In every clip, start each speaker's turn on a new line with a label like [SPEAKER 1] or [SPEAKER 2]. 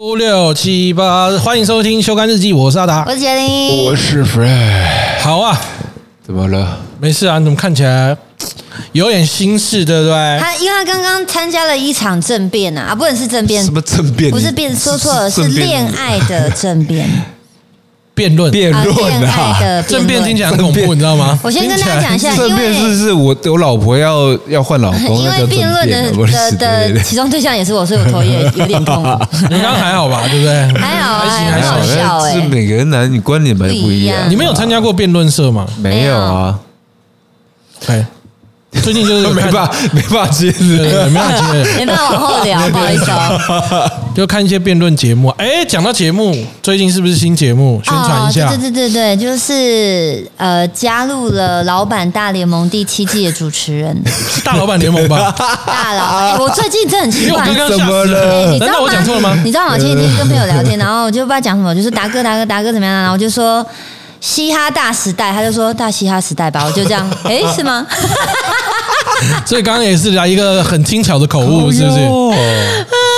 [SPEAKER 1] 五六七八，欢迎收听《休刊日记》，我是阿达。
[SPEAKER 2] 我是杰林，
[SPEAKER 3] 我是 Fred，
[SPEAKER 1] 好啊，
[SPEAKER 3] 怎么了？
[SPEAKER 1] 没事啊，你怎么看起来有点心事，对不对？
[SPEAKER 2] 他因为他刚刚参加了一场政变啊，啊，不能是政变
[SPEAKER 3] 什，么政变？
[SPEAKER 2] 不是辩，说错了，是恋爱啊的政变，
[SPEAKER 1] 辩论，
[SPEAKER 3] 辩
[SPEAKER 2] 啊，
[SPEAKER 3] 论
[SPEAKER 2] 恋爱
[SPEAKER 3] 哎啊！
[SPEAKER 2] 的
[SPEAKER 1] 政变听起
[SPEAKER 2] 论。
[SPEAKER 1] 来很恐
[SPEAKER 3] 政
[SPEAKER 1] 怖，
[SPEAKER 3] 变
[SPEAKER 1] 你知道吗？
[SPEAKER 2] 我先跟大家讲一下，因
[SPEAKER 3] 政变是
[SPEAKER 2] 为
[SPEAKER 3] 是我我老婆要要换老公，
[SPEAKER 2] 因为
[SPEAKER 3] 那叫政
[SPEAKER 2] 辩论
[SPEAKER 3] 变
[SPEAKER 2] 的
[SPEAKER 3] 啊。我
[SPEAKER 2] 的
[SPEAKER 3] 是对
[SPEAKER 2] 的
[SPEAKER 3] 对
[SPEAKER 2] 其中对象也是我，所以我头也有点痛。
[SPEAKER 1] 你刚刚还好吧，对不对？
[SPEAKER 2] 还好啊，
[SPEAKER 1] 还
[SPEAKER 2] 很
[SPEAKER 1] 好
[SPEAKER 2] 好笑
[SPEAKER 3] 对，是
[SPEAKER 2] 哎，
[SPEAKER 3] 每个人男女观点蛮不一
[SPEAKER 2] 不一
[SPEAKER 3] 样。啊
[SPEAKER 2] 样
[SPEAKER 1] 你们有参加过辩论社吗？
[SPEAKER 3] 没有啊？
[SPEAKER 1] 哎，最近就是有
[SPEAKER 3] 没
[SPEAKER 1] 看
[SPEAKER 3] 办法，没办法接
[SPEAKER 2] 哎
[SPEAKER 1] 对
[SPEAKER 3] 着。
[SPEAKER 1] 对没有接
[SPEAKER 2] 没办法往后聊，不好意思哦。
[SPEAKER 1] 就看一些辩论节目啊。哎，讲到节目，最近是不是新节目？宣传一下
[SPEAKER 2] 哦，。对对对对对，就是呃，加入了《老板大联盟》第七季的主持人
[SPEAKER 1] 是大老板联盟吧？
[SPEAKER 2] 大佬。哎，我最近真的很奇
[SPEAKER 1] 因为我
[SPEAKER 2] 怪，
[SPEAKER 1] 刚刚
[SPEAKER 3] 怎
[SPEAKER 1] 吓
[SPEAKER 3] 么
[SPEAKER 1] 死
[SPEAKER 3] 了
[SPEAKER 1] 了
[SPEAKER 2] 哎你知
[SPEAKER 1] 难道
[SPEAKER 2] 道吗
[SPEAKER 1] 呃我讲错了吗？呃
[SPEAKER 2] 你知道吗？前几天跟朋友聊天，然后我就不知道讲什么，就是达哥达哥达哥怎么样，啊然后我就说嘻哈大时代，他就说大嘻哈时代吧，我就 这样，诶，是吗？
[SPEAKER 1] 所以刚刚也是来一个很轻巧的口误，是不是
[SPEAKER 3] 哎？呦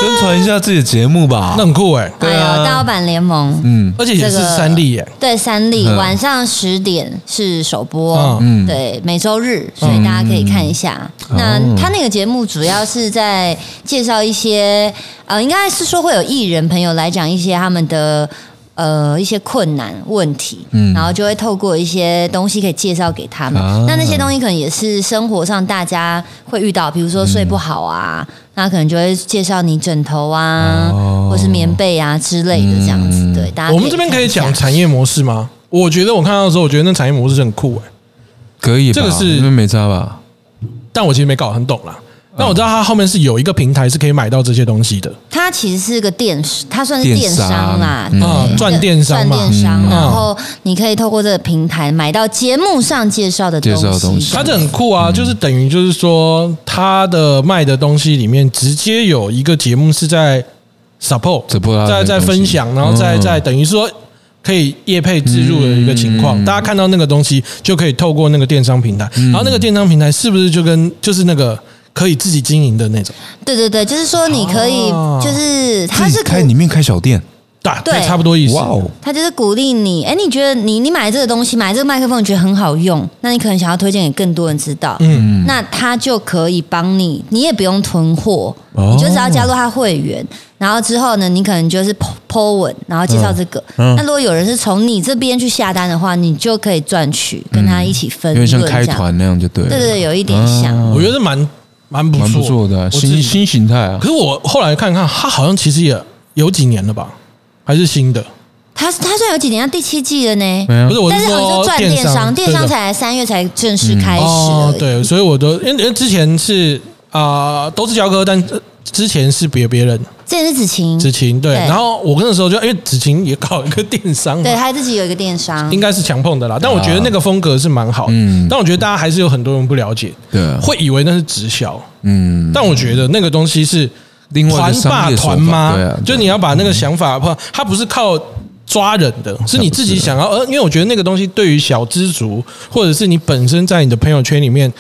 [SPEAKER 3] 宣传一下自己的节目吧
[SPEAKER 1] 那。很酷哎，
[SPEAKER 2] 哎
[SPEAKER 3] 对啊
[SPEAKER 2] 呦，大老板联盟，
[SPEAKER 3] 嗯，
[SPEAKER 1] 而且也
[SPEAKER 2] 这
[SPEAKER 1] 是
[SPEAKER 2] 个
[SPEAKER 1] 三立耶。
[SPEAKER 2] 对，三立
[SPEAKER 3] 嗯
[SPEAKER 2] 晚上十点是首播，
[SPEAKER 1] 嗯
[SPEAKER 2] 对，每周日，所以大家可以看一下。那
[SPEAKER 1] 哦
[SPEAKER 2] 他那个节目主要是在介绍一些，呃，应该是说会有艺人朋友来讲一些他们的。呃，一些困难问题，
[SPEAKER 1] 嗯
[SPEAKER 2] 然后就会透过一些东西可以介绍给他们。
[SPEAKER 3] 啊
[SPEAKER 2] 那那些东西可能也是生活上大家会遇到，比如说睡不好啊，
[SPEAKER 1] 嗯
[SPEAKER 2] 那可能就会介绍你枕头啊，
[SPEAKER 3] 哦
[SPEAKER 2] 或是棉被啊之类的这样子。对，大家
[SPEAKER 1] 我们这边可以
[SPEAKER 2] 看一下
[SPEAKER 1] 讲产业模式吗？我觉得我看到的时候，我觉得那产业模式很酷哎、
[SPEAKER 3] 可以吧，
[SPEAKER 1] 这个是
[SPEAKER 3] 因为没差吧？
[SPEAKER 1] 但我其实没搞很懂啦。但我知道它后面是有一个平台是可以买到这些东西的，
[SPEAKER 2] 它其实是个电，它算是电商啦，
[SPEAKER 3] 电
[SPEAKER 1] 商嗯
[SPEAKER 2] 对
[SPEAKER 1] 赚电商嘛
[SPEAKER 2] 赚电商。
[SPEAKER 1] 嗯
[SPEAKER 2] 然后你可以透过这个平台买到节目上介绍的东
[SPEAKER 3] 介绍的东
[SPEAKER 2] 西
[SPEAKER 3] 西。
[SPEAKER 1] 它这很酷
[SPEAKER 3] 嗯
[SPEAKER 1] 啊，就是等于就是说它的卖的东西里面直接有一个节目是在 support，
[SPEAKER 3] support 它
[SPEAKER 1] 在
[SPEAKER 3] 的
[SPEAKER 1] 在
[SPEAKER 3] 东西
[SPEAKER 1] 分享，然后再
[SPEAKER 3] 嗯
[SPEAKER 1] 再等于说可以业配植入的一个情况，
[SPEAKER 3] 嗯
[SPEAKER 1] 大家看到那个东西就可以透过那个电商平台，然后那个电商平台是不是就跟就是那个可以自己经营的那种？
[SPEAKER 2] 对对对，就是说你可以
[SPEAKER 1] 哦，
[SPEAKER 2] 就是它
[SPEAKER 3] 自
[SPEAKER 2] 是
[SPEAKER 3] 己
[SPEAKER 2] 鼓
[SPEAKER 3] 开，里面开小店，
[SPEAKER 1] 对啊，
[SPEAKER 2] 对
[SPEAKER 1] 差不多意思。
[SPEAKER 3] 哇哦！
[SPEAKER 2] 它就是鼓励你。哎，你觉得你你买这个东西，买这个麦克风，你觉得很好用，那你可能想要推荐给更多人知道。
[SPEAKER 1] 嗯，
[SPEAKER 2] 那他就可以帮你，你也不用囤货，
[SPEAKER 3] 哦
[SPEAKER 2] 你就只要加入他会员，然后之后呢，你可能就是 po po 文，然后介绍这个。
[SPEAKER 3] 嗯嗯
[SPEAKER 2] 那如果有人是从你这边去下单的话，你就可以赚取，跟他一起分
[SPEAKER 3] 有点
[SPEAKER 2] 润
[SPEAKER 3] 像
[SPEAKER 2] 这
[SPEAKER 3] 开
[SPEAKER 2] 样。
[SPEAKER 3] 团那样就对了。
[SPEAKER 2] 对对对，有一点像。
[SPEAKER 3] 啊
[SPEAKER 1] 我觉得蛮蛮不
[SPEAKER 3] 蛮
[SPEAKER 1] 错，
[SPEAKER 3] 不错的啊、
[SPEAKER 1] 我自
[SPEAKER 3] 新
[SPEAKER 1] 己
[SPEAKER 3] 新形态啊
[SPEAKER 1] 可。是我后来看看，它好像其实也有几年了吧，还是新的？
[SPEAKER 3] 嗯
[SPEAKER 2] 他他虽然有几年，他第七季了呢。
[SPEAKER 3] 没有、
[SPEAKER 1] 不是，我
[SPEAKER 2] 但
[SPEAKER 1] 是
[SPEAKER 2] 是好像
[SPEAKER 1] 说
[SPEAKER 2] 就赚
[SPEAKER 1] 电
[SPEAKER 2] 电商，电
[SPEAKER 1] 对
[SPEAKER 2] 商
[SPEAKER 1] 的
[SPEAKER 2] 才三月才正式开始而
[SPEAKER 1] 哦
[SPEAKER 2] 已。，
[SPEAKER 1] 对，所以我都因为因为之前是啊、都是教哥，但呃之前是别别人
[SPEAKER 2] 这也是子晴，
[SPEAKER 1] 子晴对，
[SPEAKER 2] 对
[SPEAKER 1] 然后我那时候就因为子晴也搞一个电商嘛
[SPEAKER 2] 对，他自己有一个电商
[SPEAKER 1] 嗯应。该是强碰的啦，但我觉得那个风格是蛮好的，
[SPEAKER 3] 嗯
[SPEAKER 1] 但我觉得大家还是有很多人不了解，
[SPEAKER 3] 对啊
[SPEAKER 1] 会以为那是直销，
[SPEAKER 3] 嗯，
[SPEAKER 1] 但我觉得那个东西是
[SPEAKER 3] 另外
[SPEAKER 1] 团
[SPEAKER 3] 一个商
[SPEAKER 1] 爸
[SPEAKER 3] 业手法
[SPEAKER 1] 团妈
[SPEAKER 3] 对啊，对啊
[SPEAKER 1] 就你要把那个想法，不，它不是靠抓人的，是你自己想要。呃，因为我觉得那个东西对于小资族，或者是你本身在你的朋友圈里面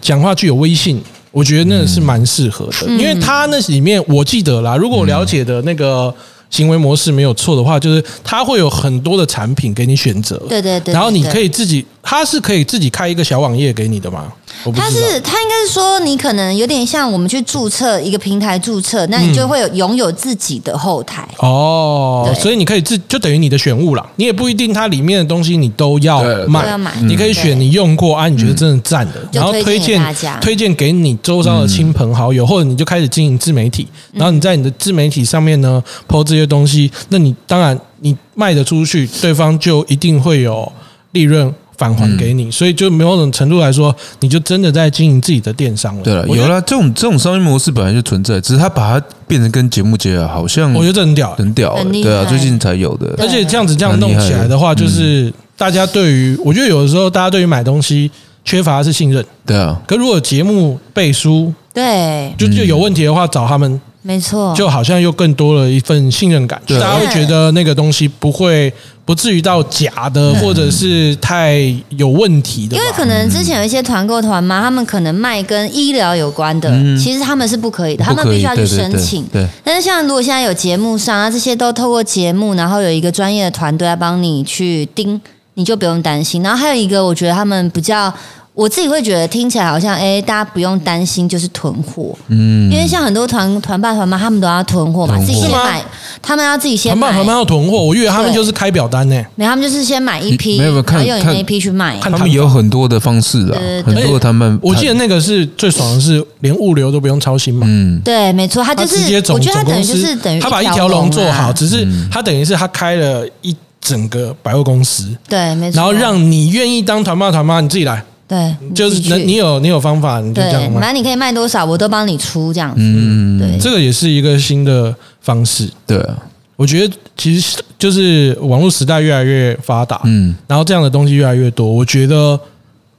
[SPEAKER 1] 讲话具有威信。我觉得那是蛮适合的，
[SPEAKER 2] 嗯
[SPEAKER 1] 因为它那里面我记得
[SPEAKER 3] 嗯
[SPEAKER 1] 啦，如果我了解的那个行为模式没有错的话，就是它会有很多的产品给你选择，
[SPEAKER 2] 对对对
[SPEAKER 1] 然后你可
[SPEAKER 2] 对
[SPEAKER 1] 以自己，它是可以自己开一个小网页给你的吗？我不
[SPEAKER 2] 他
[SPEAKER 1] 知道
[SPEAKER 2] 是他应该是说，你可能有点像我们去注册一个平台注册，那你就会有拥有自己的后台。
[SPEAKER 1] 哦，
[SPEAKER 2] 对
[SPEAKER 1] 所以你可以自就等于你的选物啦，你也不一定它里面的东西你都要
[SPEAKER 3] 对
[SPEAKER 1] 买，
[SPEAKER 2] 都要买
[SPEAKER 1] 你可以
[SPEAKER 2] 嗯
[SPEAKER 1] 选
[SPEAKER 2] 对
[SPEAKER 1] 你用过啊，你觉得真的赞的，
[SPEAKER 2] 就
[SPEAKER 1] 然后推
[SPEAKER 2] 推荐给
[SPEAKER 1] 荐
[SPEAKER 2] 大家
[SPEAKER 1] 推荐给你周遭的亲朋
[SPEAKER 3] 嗯
[SPEAKER 1] 好友，或者你就开始经营自媒体，
[SPEAKER 2] 嗯
[SPEAKER 1] 然后你在你的自媒体上面呢抛这些东西，那你当然你卖得出去，对方就一定会有利润。返还给
[SPEAKER 3] 嗯
[SPEAKER 1] 你，所以就某种程度来说，你就真的在经营自己的电商了。
[SPEAKER 3] 对了，
[SPEAKER 1] 我觉
[SPEAKER 3] 有
[SPEAKER 1] 得，
[SPEAKER 3] 了这种这种商业模式本来就存在，只是他把它变成跟节目结合，好像
[SPEAKER 1] 我觉得这很屌、
[SPEAKER 3] 很屌、欸
[SPEAKER 2] 很厉害
[SPEAKER 3] 对啊，最近才有的。
[SPEAKER 1] 而且这样子这样
[SPEAKER 3] 蛮
[SPEAKER 1] 弄
[SPEAKER 3] 厉害
[SPEAKER 1] 起来
[SPEAKER 3] 的
[SPEAKER 1] 的话，
[SPEAKER 3] 嗯
[SPEAKER 1] 就是大家对于，我觉得有的时候大家对于买东西缺乏的是信任。
[SPEAKER 3] 对啊，
[SPEAKER 1] 可如果有节目背书
[SPEAKER 2] 对，
[SPEAKER 1] 就就有问题的话，找他们
[SPEAKER 2] 没错，
[SPEAKER 1] 就好像又更多了一份信任感，大
[SPEAKER 3] 对
[SPEAKER 1] 家会觉得那个东西不会不至于到假的，或者是太有问题的
[SPEAKER 2] 嗯因
[SPEAKER 1] 吧。
[SPEAKER 2] 为可能之前有一些团购团嘛，他们可能卖跟医疗有关的，其实他们是不可以的，他们
[SPEAKER 3] 不可
[SPEAKER 2] 必
[SPEAKER 3] 以
[SPEAKER 2] 须要去
[SPEAKER 3] 对对
[SPEAKER 2] 申
[SPEAKER 3] 对
[SPEAKER 2] 请。
[SPEAKER 3] 对
[SPEAKER 2] 但是像如果现在有节目商啊，这些都透过节目，然后有一个专业的团队来帮你去盯，你就不用担心。然后还有一个，我觉得他们比较。我自己会觉得听起来好像，哎、大家不用担心，就是囤货，嗯，因为像很多团团爸团妈他们都要囤货嘛，
[SPEAKER 3] 囤货
[SPEAKER 2] 自己先
[SPEAKER 1] 是吗
[SPEAKER 2] 买，他们要自己先
[SPEAKER 1] 团
[SPEAKER 2] 买
[SPEAKER 1] 办，团办要囤货，我以为他们
[SPEAKER 2] 对
[SPEAKER 1] 就是开表单呢、
[SPEAKER 2] 没有，他们就是先买一
[SPEAKER 3] 你
[SPEAKER 2] 批，
[SPEAKER 3] 没有没
[SPEAKER 2] 然
[SPEAKER 3] 有
[SPEAKER 2] 后
[SPEAKER 3] 看
[SPEAKER 2] 用你
[SPEAKER 3] 看
[SPEAKER 2] 那一批去卖，
[SPEAKER 1] 看
[SPEAKER 3] 他们也有很多的方式啦
[SPEAKER 2] 对对，
[SPEAKER 3] 很
[SPEAKER 2] 对
[SPEAKER 3] 多的他们，
[SPEAKER 1] 哎我记得那个是最爽的是，连物流都不用操心嘛。
[SPEAKER 3] 嗯，
[SPEAKER 2] 对，没错，他就
[SPEAKER 1] 他
[SPEAKER 2] 是，
[SPEAKER 1] 直接
[SPEAKER 2] 我
[SPEAKER 1] 总
[SPEAKER 2] 觉得他
[SPEAKER 1] 总
[SPEAKER 2] 等于
[SPEAKER 1] 公
[SPEAKER 2] 就
[SPEAKER 1] 司
[SPEAKER 2] 是等于，
[SPEAKER 1] 他把一
[SPEAKER 2] 一
[SPEAKER 1] 条龙做好，
[SPEAKER 2] 啊
[SPEAKER 1] 只是他等于是他开了一整个百货公司，
[SPEAKER 2] 对，没错，
[SPEAKER 1] 然后让你愿意当团妈团妈，你自己来，
[SPEAKER 2] 对，
[SPEAKER 1] 就
[SPEAKER 2] 自己
[SPEAKER 1] 是
[SPEAKER 2] 去
[SPEAKER 1] 能你有你有方法，你就这
[SPEAKER 2] 对，
[SPEAKER 1] 样
[SPEAKER 2] 反
[SPEAKER 1] 卖。
[SPEAKER 2] 正你可以卖多少，我都帮你出这样子，
[SPEAKER 3] 嗯
[SPEAKER 2] 对，
[SPEAKER 1] 这个也是一个新的方式。
[SPEAKER 3] 对啊，
[SPEAKER 1] 我觉得其实就是网络时代越来越发达，
[SPEAKER 3] 嗯，
[SPEAKER 1] 然后这样的东西越来越多，我觉得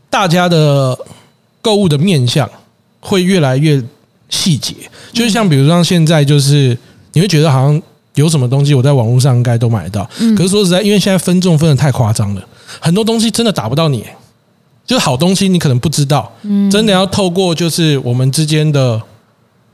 [SPEAKER 1] 大家的购物的面向会越来越细节。就是像比如像现在，就是你会觉得好像有什么东西我在网络上应该都买得到，
[SPEAKER 2] 嗯
[SPEAKER 1] 可是说实在，因为现在分众分的太夸张了，很多东西真的打不到你、就是好东西你可能不知道，
[SPEAKER 2] 嗯
[SPEAKER 1] 真的要透过就是我们之间的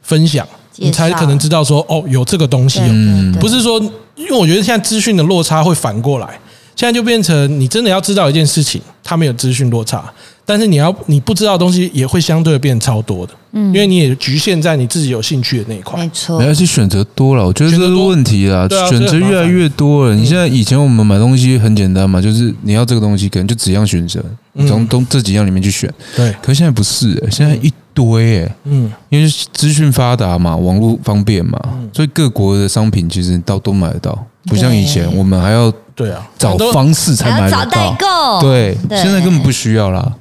[SPEAKER 1] 分享，你才
[SPEAKER 2] 介绍
[SPEAKER 1] 可能知道说哦有这个东西
[SPEAKER 2] 对
[SPEAKER 1] 哦。
[SPEAKER 3] 嗯
[SPEAKER 2] 对对
[SPEAKER 1] 不是说，因为我觉得现在资讯的落差会反过来，现在就变成你真的要知道一件事情，他们有资讯落差，但是你要你不知道的东西也会相对的变超多的，嗯，因为你也局限在你自己有兴趣的那一块
[SPEAKER 2] 没，错
[SPEAKER 3] 而，且选择多了，我觉得这
[SPEAKER 1] 选择
[SPEAKER 3] 是
[SPEAKER 1] 多
[SPEAKER 3] 问题啦
[SPEAKER 1] 对啊，
[SPEAKER 3] 选
[SPEAKER 1] 这
[SPEAKER 3] 择
[SPEAKER 1] 很麻
[SPEAKER 3] 越来
[SPEAKER 1] 烦嗯
[SPEAKER 3] 越多了。你现在以前我们买东西很简单嘛，就是你要这个东西，可能就几样选择，
[SPEAKER 1] 嗯
[SPEAKER 3] 从东这几样里面去选。
[SPEAKER 1] 对，
[SPEAKER 3] 可是现在不是、
[SPEAKER 2] 嗯
[SPEAKER 3] 欸，现在一堆哎、
[SPEAKER 1] 嗯，
[SPEAKER 3] 因为资讯发达嘛，网络方便嘛，所以各国的商品其实到都买得到，不像以前
[SPEAKER 2] 嗯对
[SPEAKER 3] 我们还要
[SPEAKER 1] 对啊，
[SPEAKER 3] 找
[SPEAKER 1] 很多
[SPEAKER 3] 方式才
[SPEAKER 2] 还
[SPEAKER 3] 买
[SPEAKER 2] 要找
[SPEAKER 3] 得
[SPEAKER 2] 代
[SPEAKER 3] 到。
[SPEAKER 2] 购，
[SPEAKER 3] 对，
[SPEAKER 2] 对
[SPEAKER 3] 现在根本不需要啦。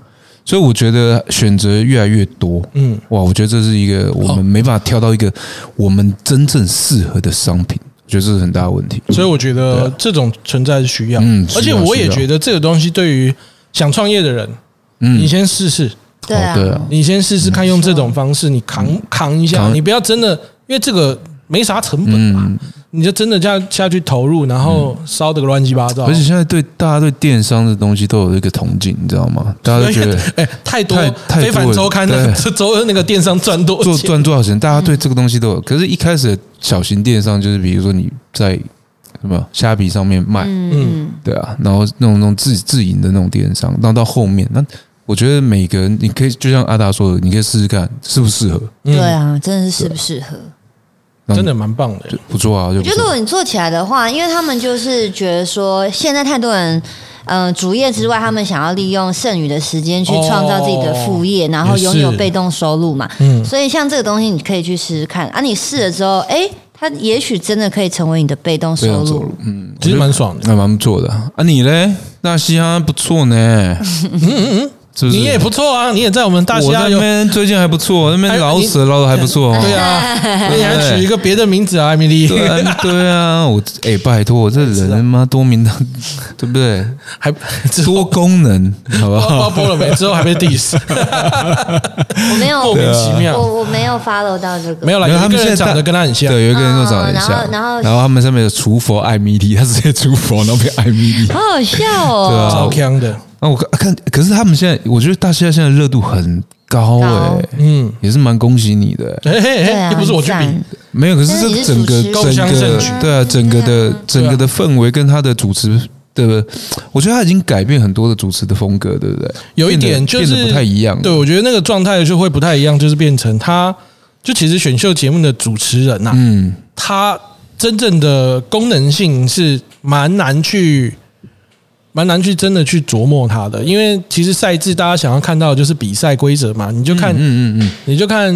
[SPEAKER 3] 所以我觉得选择越来越多。
[SPEAKER 1] 嗯，
[SPEAKER 3] 哇，我觉得这是一个我们没办法挑到一个我们真正适合的商品，我觉得这是很大的问题。
[SPEAKER 1] 所以我觉得这种存在是需要，
[SPEAKER 3] 啊嗯
[SPEAKER 1] 而
[SPEAKER 3] 需
[SPEAKER 1] 且
[SPEAKER 3] 要
[SPEAKER 1] 我
[SPEAKER 3] 需
[SPEAKER 1] 也
[SPEAKER 3] 要
[SPEAKER 1] 觉得这个东西对于想创业的人，
[SPEAKER 3] 嗯
[SPEAKER 1] 你先试试，
[SPEAKER 2] 对啊
[SPEAKER 3] 哦对啊
[SPEAKER 1] 你先试试看，用这种方式你扛扛一下，
[SPEAKER 3] 嗯扛嗯
[SPEAKER 1] 你不要真的，因为这个没啥成本嘛，你就真的下下去投入，然后烧的个乱七八糟。
[SPEAKER 3] 而且现在对大家对电商的东西都有一个同进，你知道吗？大家都
[SPEAKER 2] 啊
[SPEAKER 3] 觉得
[SPEAKER 1] 哎， 太多
[SPEAKER 3] 太太多
[SPEAKER 1] 非凡周刊的
[SPEAKER 3] 了
[SPEAKER 1] 这 周那个电商赚多
[SPEAKER 3] 做
[SPEAKER 1] 钱，
[SPEAKER 3] 赚多少钱，大家对这个东西都有。
[SPEAKER 2] 嗯
[SPEAKER 3] 可是，一开始的小型电商就是，比如说你在什么虾皮上面卖，
[SPEAKER 2] 嗯，
[SPEAKER 3] 对啊，然后那种那种自自营的那种电商，然后到后面，那我觉得每个人你可以就像阿达说的，你可以试试看适不适合，
[SPEAKER 1] 嗯
[SPEAKER 2] 对啊，真的是适不适合？
[SPEAKER 3] 然后
[SPEAKER 1] 真的蛮棒的。
[SPEAKER 3] 不错啊，就
[SPEAKER 2] 我觉
[SPEAKER 3] 不
[SPEAKER 2] 得如
[SPEAKER 3] 错
[SPEAKER 2] 果。你做起来的话，因为他们就是觉得说，现在太多人，嗯、主业之外，他们想要利用剩余的时间去创造自己的副业，然后拥有被动收入嘛。
[SPEAKER 1] 哦嗯
[SPEAKER 2] 所以像这个东西，你可以去试试看啊。你试了之后，哎、它也许真的可以成为你的被动
[SPEAKER 3] 这
[SPEAKER 2] 收
[SPEAKER 3] 样走
[SPEAKER 2] 入
[SPEAKER 3] 路。，嗯，
[SPEAKER 1] 其实蛮爽的，
[SPEAKER 3] 还蛮不错的啊。你嘞，大西安不错呢，是不是？
[SPEAKER 1] 嗯你也不错啊，你也在我们大西
[SPEAKER 3] 我
[SPEAKER 1] 亚
[SPEAKER 3] 那
[SPEAKER 1] 有
[SPEAKER 3] 边最近还不错，那
[SPEAKER 1] 哎
[SPEAKER 3] 边
[SPEAKER 1] 你
[SPEAKER 3] 老死捞的还不错 哦。
[SPEAKER 1] 对 啊，你还取一个别的名字啊，艾米丽，
[SPEAKER 3] 对 啊，对啊，我哎、拜托，我这人他妈多名 堂，对不对？
[SPEAKER 1] 还之后
[SPEAKER 3] 多功能，好不
[SPEAKER 1] 不知道
[SPEAKER 3] 好？
[SPEAKER 1] 播了没？之后还被 diss，
[SPEAKER 2] 我没有，
[SPEAKER 1] 莫名其妙
[SPEAKER 2] 我我没有 follow 到这个。
[SPEAKER 1] 没有啦，
[SPEAKER 3] 没有
[SPEAKER 1] 有
[SPEAKER 3] 他
[SPEAKER 1] 一
[SPEAKER 3] 们
[SPEAKER 1] 个
[SPEAKER 3] 现
[SPEAKER 1] 人
[SPEAKER 3] 在
[SPEAKER 1] 长得
[SPEAKER 3] 大
[SPEAKER 1] 跟他很像，
[SPEAKER 3] 对，有一个人跟我长得很像，
[SPEAKER 2] 嗯然后然后
[SPEAKER 3] 他们上面有厨佛艾米丽，他直接厨佛，然后变艾米丽。
[SPEAKER 2] 好好笑
[SPEAKER 3] 对
[SPEAKER 2] 哦！
[SPEAKER 3] 啊
[SPEAKER 1] 超强的，
[SPEAKER 3] 那我看看，可是他们现在，我觉得大西亚现在热度很高
[SPEAKER 2] 高
[SPEAKER 3] 哎、
[SPEAKER 1] 嗯，
[SPEAKER 3] 也是蛮恭喜你的、欸。
[SPEAKER 1] 嘿嘿
[SPEAKER 2] 对啊
[SPEAKER 1] 嘿，又不是我去
[SPEAKER 2] 很赞
[SPEAKER 1] 比，
[SPEAKER 3] 没有，可是
[SPEAKER 2] 但是你
[SPEAKER 3] 这
[SPEAKER 2] 是
[SPEAKER 3] 整
[SPEAKER 2] 主
[SPEAKER 3] 个
[SPEAKER 2] 持
[SPEAKER 1] 共襄
[SPEAKER 3] 整
[SPEAKER 1] 盛
[SPEAKER 3] 个
[SPEAKER 1] 举
[SPEAKER 3] 对啊，整个的整个的氛围跟他的主持的，我觉得他已经改变很多的主持的风格，对不对？
[SPEAKER 1] 有一
[SPEAKER 3] 变得
[SPEAKER 1] 点就是
[SPEAKER 3] 变得不太一样了。
[SPEAKER 1] 对，我觉得那个状态就会不太一样，就是变成他，就其实选秀节目的主持人呐、啊
[SPEAKER 3] 嗯，
[SPEAKER 1] 他真正的功能性是蛮难去。蛮难去真的去琢磨它的，因为其实赛制大家想要看到的就是比赛规则嘛，你就看、
[SPEAKER 3] 嗯嗯嗯，
[SPEAKER 1] 你就看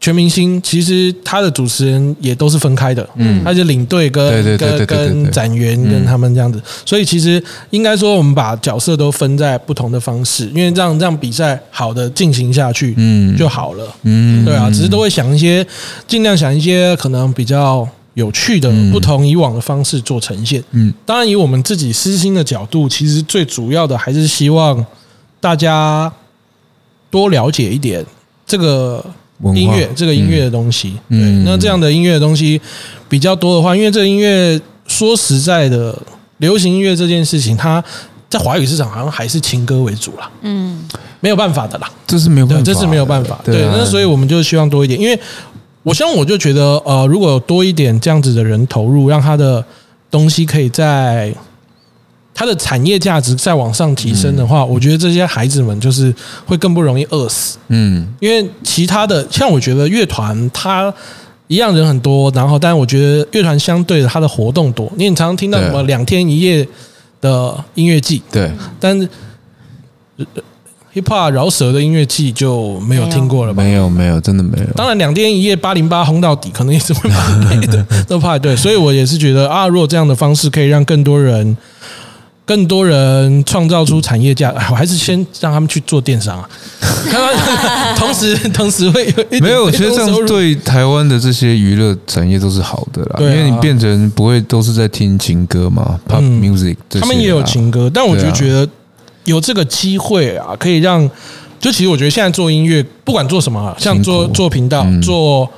[SPEAKER 1] 全明星，其实他的主持人也都是分开的，嗯，他就领队跟
[SPEAKER 3] 对对对
[SPEAKER 1] 跟
[SPEAKER 3] 对对对
[SPEAKER 1] 跟展员跟他们这样子，所以其实应该说我们把角色都分在不同的方式，因为让让比赛好的进行下去，嗯，
[SPEAKER 3] 嗯
[SPEAKER 1] 就好了，
[SPEAKER 3] 嗯
[SPEAKER 1] 对啊，只是都会想一些，尽量想一些可能比较。有趣的、不同以往的方式做呈现。嗯
[SPEAKER 3] 嗯，
[SPEAKER 1] 当然，以我们自己私心的角度，其实最主要的还是希望大家多了解一点这个
[SPEAKER 3] 文化
[SPEAKER 1] 音乐这个音乐的东西。
[SPEAKER 3] 嗯
[SPEAKER 1] 对
[SPEAKER 3] 嗯，
[SPEAKER 1] 那这样的音乐的东西比较多的话，因为这个音乐说实在的，流行音乐这件事情，它在华语市场好像还是情歌为主啦，
[SPEAKER 2] 嗯，
[SPEAKER 1] 没有办法的啦。
[SPEAKER 3] 这是没有办
[SPEAKER 1] 对，这
[SPEAKER 3] 法，
[SPEAKER 1] 是没有办法。对，
[SPEAKER 3] 对啊，
[SPEAKER 1] 那所以我们就希望多一点，因为我像我就觉得，呃，如果有多一点这样子的人投入，让他的东西可以在它的产业价值再往上提升的话，我觉得这些孩子们就是会更不容易饿死，
[SPEAKER 3] 嗯
[SPEAKER 1] 因为其他的像我觉得乐团它。一样人很多，然后，但是我觉得乐团相对的，它的活动多。你很常听到什
[SPEAKER 3] 对
[SPEAKER 1] 么
[SPEAKER 3] 啊
[SPEAKER 1] 两天一夜的音乐季，
[SPEAKER 3] 对，
[SPEAKER 1] 但是呃 hiphop 饶舌的音乐季就没有听过了吧？
[SPEAKER 3] 没有没有，真的没有。
[SPEAKER 1] 当然，两天一夜八零八轰到底，可能也是会蛮 累的，都怕对。所以我也是觉得啊，如果这样的方式可以让更多人。更多人创造出产业价，哎我还是先让他们去做电商啊。 看到 同时，同时会有一点
[SPEAKER 3] 没有，我觉得
[SPEAKER 1] 被
[SPEAKER 3] 这
[SPEAKER 1] 动收
[SPEAKER 3] 样
[SPEAKER 1] 入
[SPEAKER 3] 对台湾的这些娱乐产业都是好的啦，因
[SPEAKER 1] 对啊
[SPEAKER 3] 为你变成不会都是在听情歌嘛，pop
[SPEAKER 1] 嗯
[SPEAKER 3] music，这些啊
[SPEAKER 1] 他们也有情歌，但我就
[SPEAKER 3] 对啊
[SPEAKER 1] 觉得有这个机会啊，可以让就其实我觉得现在做音乐，不管做什么啊，像做
[SPEAKER 3] 辛苦
[SPEAKER 1] 做频道、
[SPEAKER 3] 嗯
[SPEAKER 1] 做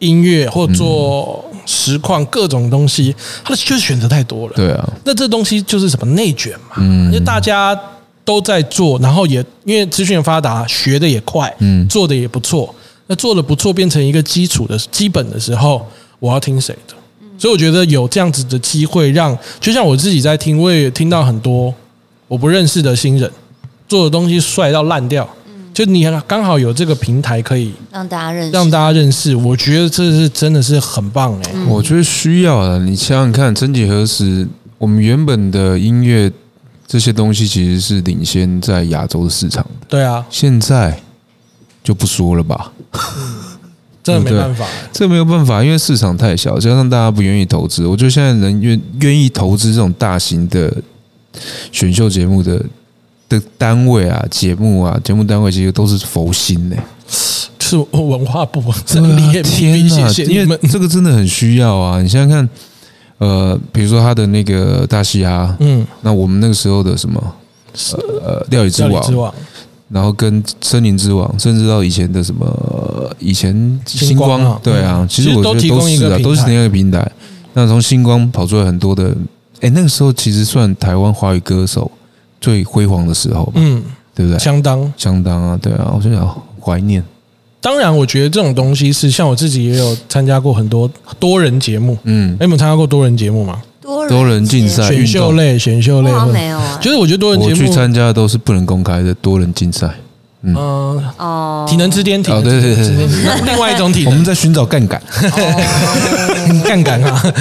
[SPEAKER 1] 音乐或做实况各种东西，它的就是选择太多了。
[SPEAKER 3] 对啊，
[SPEAKER 1] 那这东西就是什么内卷嘛，
[SPEAKER 3] 嗯
[SPEAKER 1] 因为大家都在做，然后也因为资讯的发达，学的也快，
[SPEAKER 3] 嗯
[SPEAKER 1] 做的也不错。那做的不错，变成一个基础的基本的时候，我要听谁的？所以我觉得有这样子的机会让，就像我自己在听，我也听到很多我不认识的新人做的东西帅到烂掉，就你刚好有这个平台可以
[SPEAKER 2] 让大家认识，
[SPEAKER 1] 让大家认识，我觉得这是真的是很棒哎、
[SPEAKER 3] 我觉得需要啊。你想想看，曾几何时，我们原本的音乐这些东西其实是领先在亚洲的市场的，
[SPEAKER 1] 对啊，
[SPEAKER 3] 现在就不说了吧。
[SPEAKER 1] 真的没
[SPEAKER 3] 对
[SPEAKER 1] 办法、
[SPEAKER 3] 这没有办法，因为市场太小，加上大家不愿意投资。我觉得现在能愿愿意投资这种大型的选秀节目的的单位啊、节目啊、节目单位，其实都是佛心呢、
[SPEAKER 1] 是文化部
[SPEAKER 3] 对
[SPEAKER 1] 整理
[SPEAKER 3] 啊
[SPEAKER 1] MTV，谢谢你
[SPEAKER 3] 因为
[SPEAKER 1] 们。
[SPEAKER 3] 这个真的很需要啊！你想想看，呃，比如说他的那个大嘻哈，
[SPEAKER 1] 嗯，
[SPEAKER 3] 那我们那个时候的什么，呃，呃料理之
[SPEAKER 1] 料理
[SPEAKER 3] 王
[SPEAKER 1] 之，王，
[SPEAKER 3] 然后跟森林之王，甚至到以前的什么呃以前星光，
[SPEAKER 1] 星光啊
[SPEAKER 3] 对啊，其实
[SPEAKER 1] 其实
[SPEAKER 3] 我
[SPEAKER 1] 都
[SPEAKER 3] 觉得
[SPEAKER 1] 提
[SPEAKER 3] 都
[SPEAKER 1] 供一个
[SPEAKER 3] 是
[SPEAKER 1] 平
[SPEAKER 3] 啊，
[SPEAKER 1] 台
[SPEAKER 3] 都是同样一个平台。那从星光跑出来很多的，哎，那个时候其实算台湾华语歌手最辉煌的时候吧，
[SPEAKER 1] 嗯，
[SPEAKER 3] 对不对？
[SPEAKER 1] 相当。
[SPEAKER 3] 相当啊，对啊，我就想好怀念，
[SPEAKER 1] 当然，我觉得这种东西是像我自己也有参加过很多多人节目。
[SPEAKER 3] 嗯
[SPEAKER 1] 哎，，你们有参加过多人节目吗？
[SPEAKER 2] 多
[SPEAKER 3] 多人竞
[SPEAKER 2] 接
[SPEAKER 3] 赛
[SPEAKER 1] 选秀类、选秀
[SPEAKER 2] 触
[SPEAKER 1] 类
[SPEAKER 2] 我好
[SPEAKER 1] 或
[SPEAKER 2] 像
[SPEAKER 1] 者，
[SPEAKER 2] 没有啊，
[SPEAKER 1] 就是我觉得多人
[SPEAKER 3] 啊我
[SPEAKER 1] 节
[SPEAKER 3] 去
[SPEAKER 1] 目，
[SPEAKER 3] 参加的都是不能公开的多人竞赛，
[SPEAKER 1] 嗯，
[SPEAKER 2] 哦，
[SPEAKER 1] 体能之巅，体能
[SPEAKER 3] 哦对对对
[SPEAKER 1] 之巅体能之巅另外一种体
[SPEAKER 3] 我
[SPEAKER 1] 能
[SPEAKER 3] 们在寻找杠杆，
[SPEAKER 1] 啊 杠杆啊，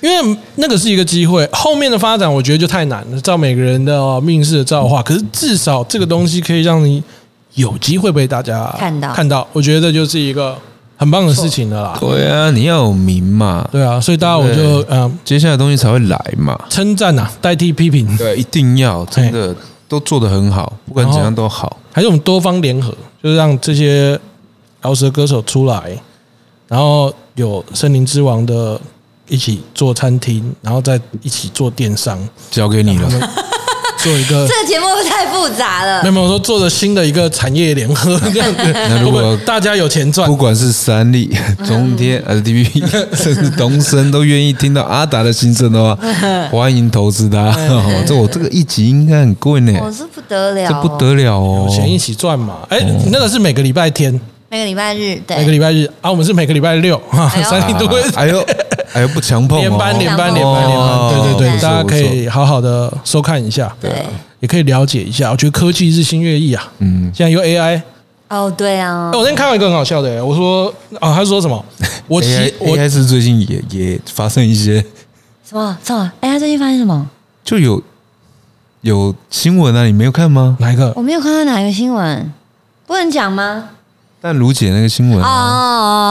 [SPEAKER 1] 因为那个是一个机会，后面的发展我觉得就太难了，照每个人的命运的造化。可是至少这个东西可以让你有机会被大家
[SPEAKER 2] 看到
[SPEAKER 1] 看到，我觉得就是一个很棒的事情了啦。
[SPEAKER 3] 对啊，你要有名嘛，
[SPEAKER 1] 对啊，所以大家我就嗯
[SPEAKER 3] 接下来的东西才会来嘛，
[SPEAKER 1] 称赞呐，代替批评，
[SPEAKER 3] 对，一定要真的都做得很好，不管怎样都好。
[SPEAKER 1] 还是我们多方联合，就是让这些饶舌歌手出来，然后有森林之王的一起做餐厅，然后再一起做电商，
[SPEAKER 3] 交给你了。
[SPEAKER 1] 嗯做一 个
[SPEAKER 2] 这个节目太复杂了
[SPEAKER 1] 没有，。没有，我说做了新的一个产业联合这样子，
[SPEAKER 3] 那如果
[SPEAKER 1] 会不会大家有钱赚
[SPEAKER 3] 不，管是三立、中天、LTV，甚至东森都愿意听到阿达的心声的话，欢迎投资他。哦 这我这个一集应该很贵呢，
[SPEAKER 2] 我、是不得了、
[SPEAKER 3] 这
[SPEAKER 2] 哦，
[SPEAKER 3] 不得了哦
[SPEAKER 1] 有。钱一起赚嘛？哎，那个是每个礼拜天、
[SPEAKER 2] 每个礼拜日，对，
[SPEAKER 1] 每个礼拜日啊，我们是每个礼拜六 哈，
[SPEAKER 2] 哎呦
[SPEAKER 1] 三点都 会
[SPEAKER 3] 哎呦，哎呦，不强碰哦，
[SPEAKER 1] 连班连班
[SPEAKER 2] 哦
[SPEAKER 1] 连班连班，对对
[SPEAKER 3] 不
[SPEAKER 1] 对，
[SPEAKER 3] 错
[SPEAKER 1] 大家可，
[SPEAKER 3] 不错
[SPEAKER 1] 以好好的收看一下，
[SPEAKER 2] 对，
[SPEAKER 1] 也可以了解一下。我觉得科技日新月异啊，
[SPEAKER 3] 嗯，
[SPEAKER 1] 现在有 AI。
[SPEAKER 2] 哦，对啊
[SPEAKER 1] 哎，我那天看到一个很好笑的、我说啊，他说什 么？我其
[SPEAKER 3] AI
[SPEAKER 1] 我
[SPEAKER 3] AI 是最近也也发生一些，
[SPEAKER 2] 什么什么？哎，他最近发生什么？
[SPEAKER 3] 就有有新闻啊，你没有看吗？
[SPEAKER 1] 哪一个
[SPEAKER 2] 我？没有看到哪个新闻，不能讲吗？
[SPEAKER 3] 但卢姐那个新闻
[SPEAKER 2] 哦，哦
[SPEAKER 3] 啊，对啊对啊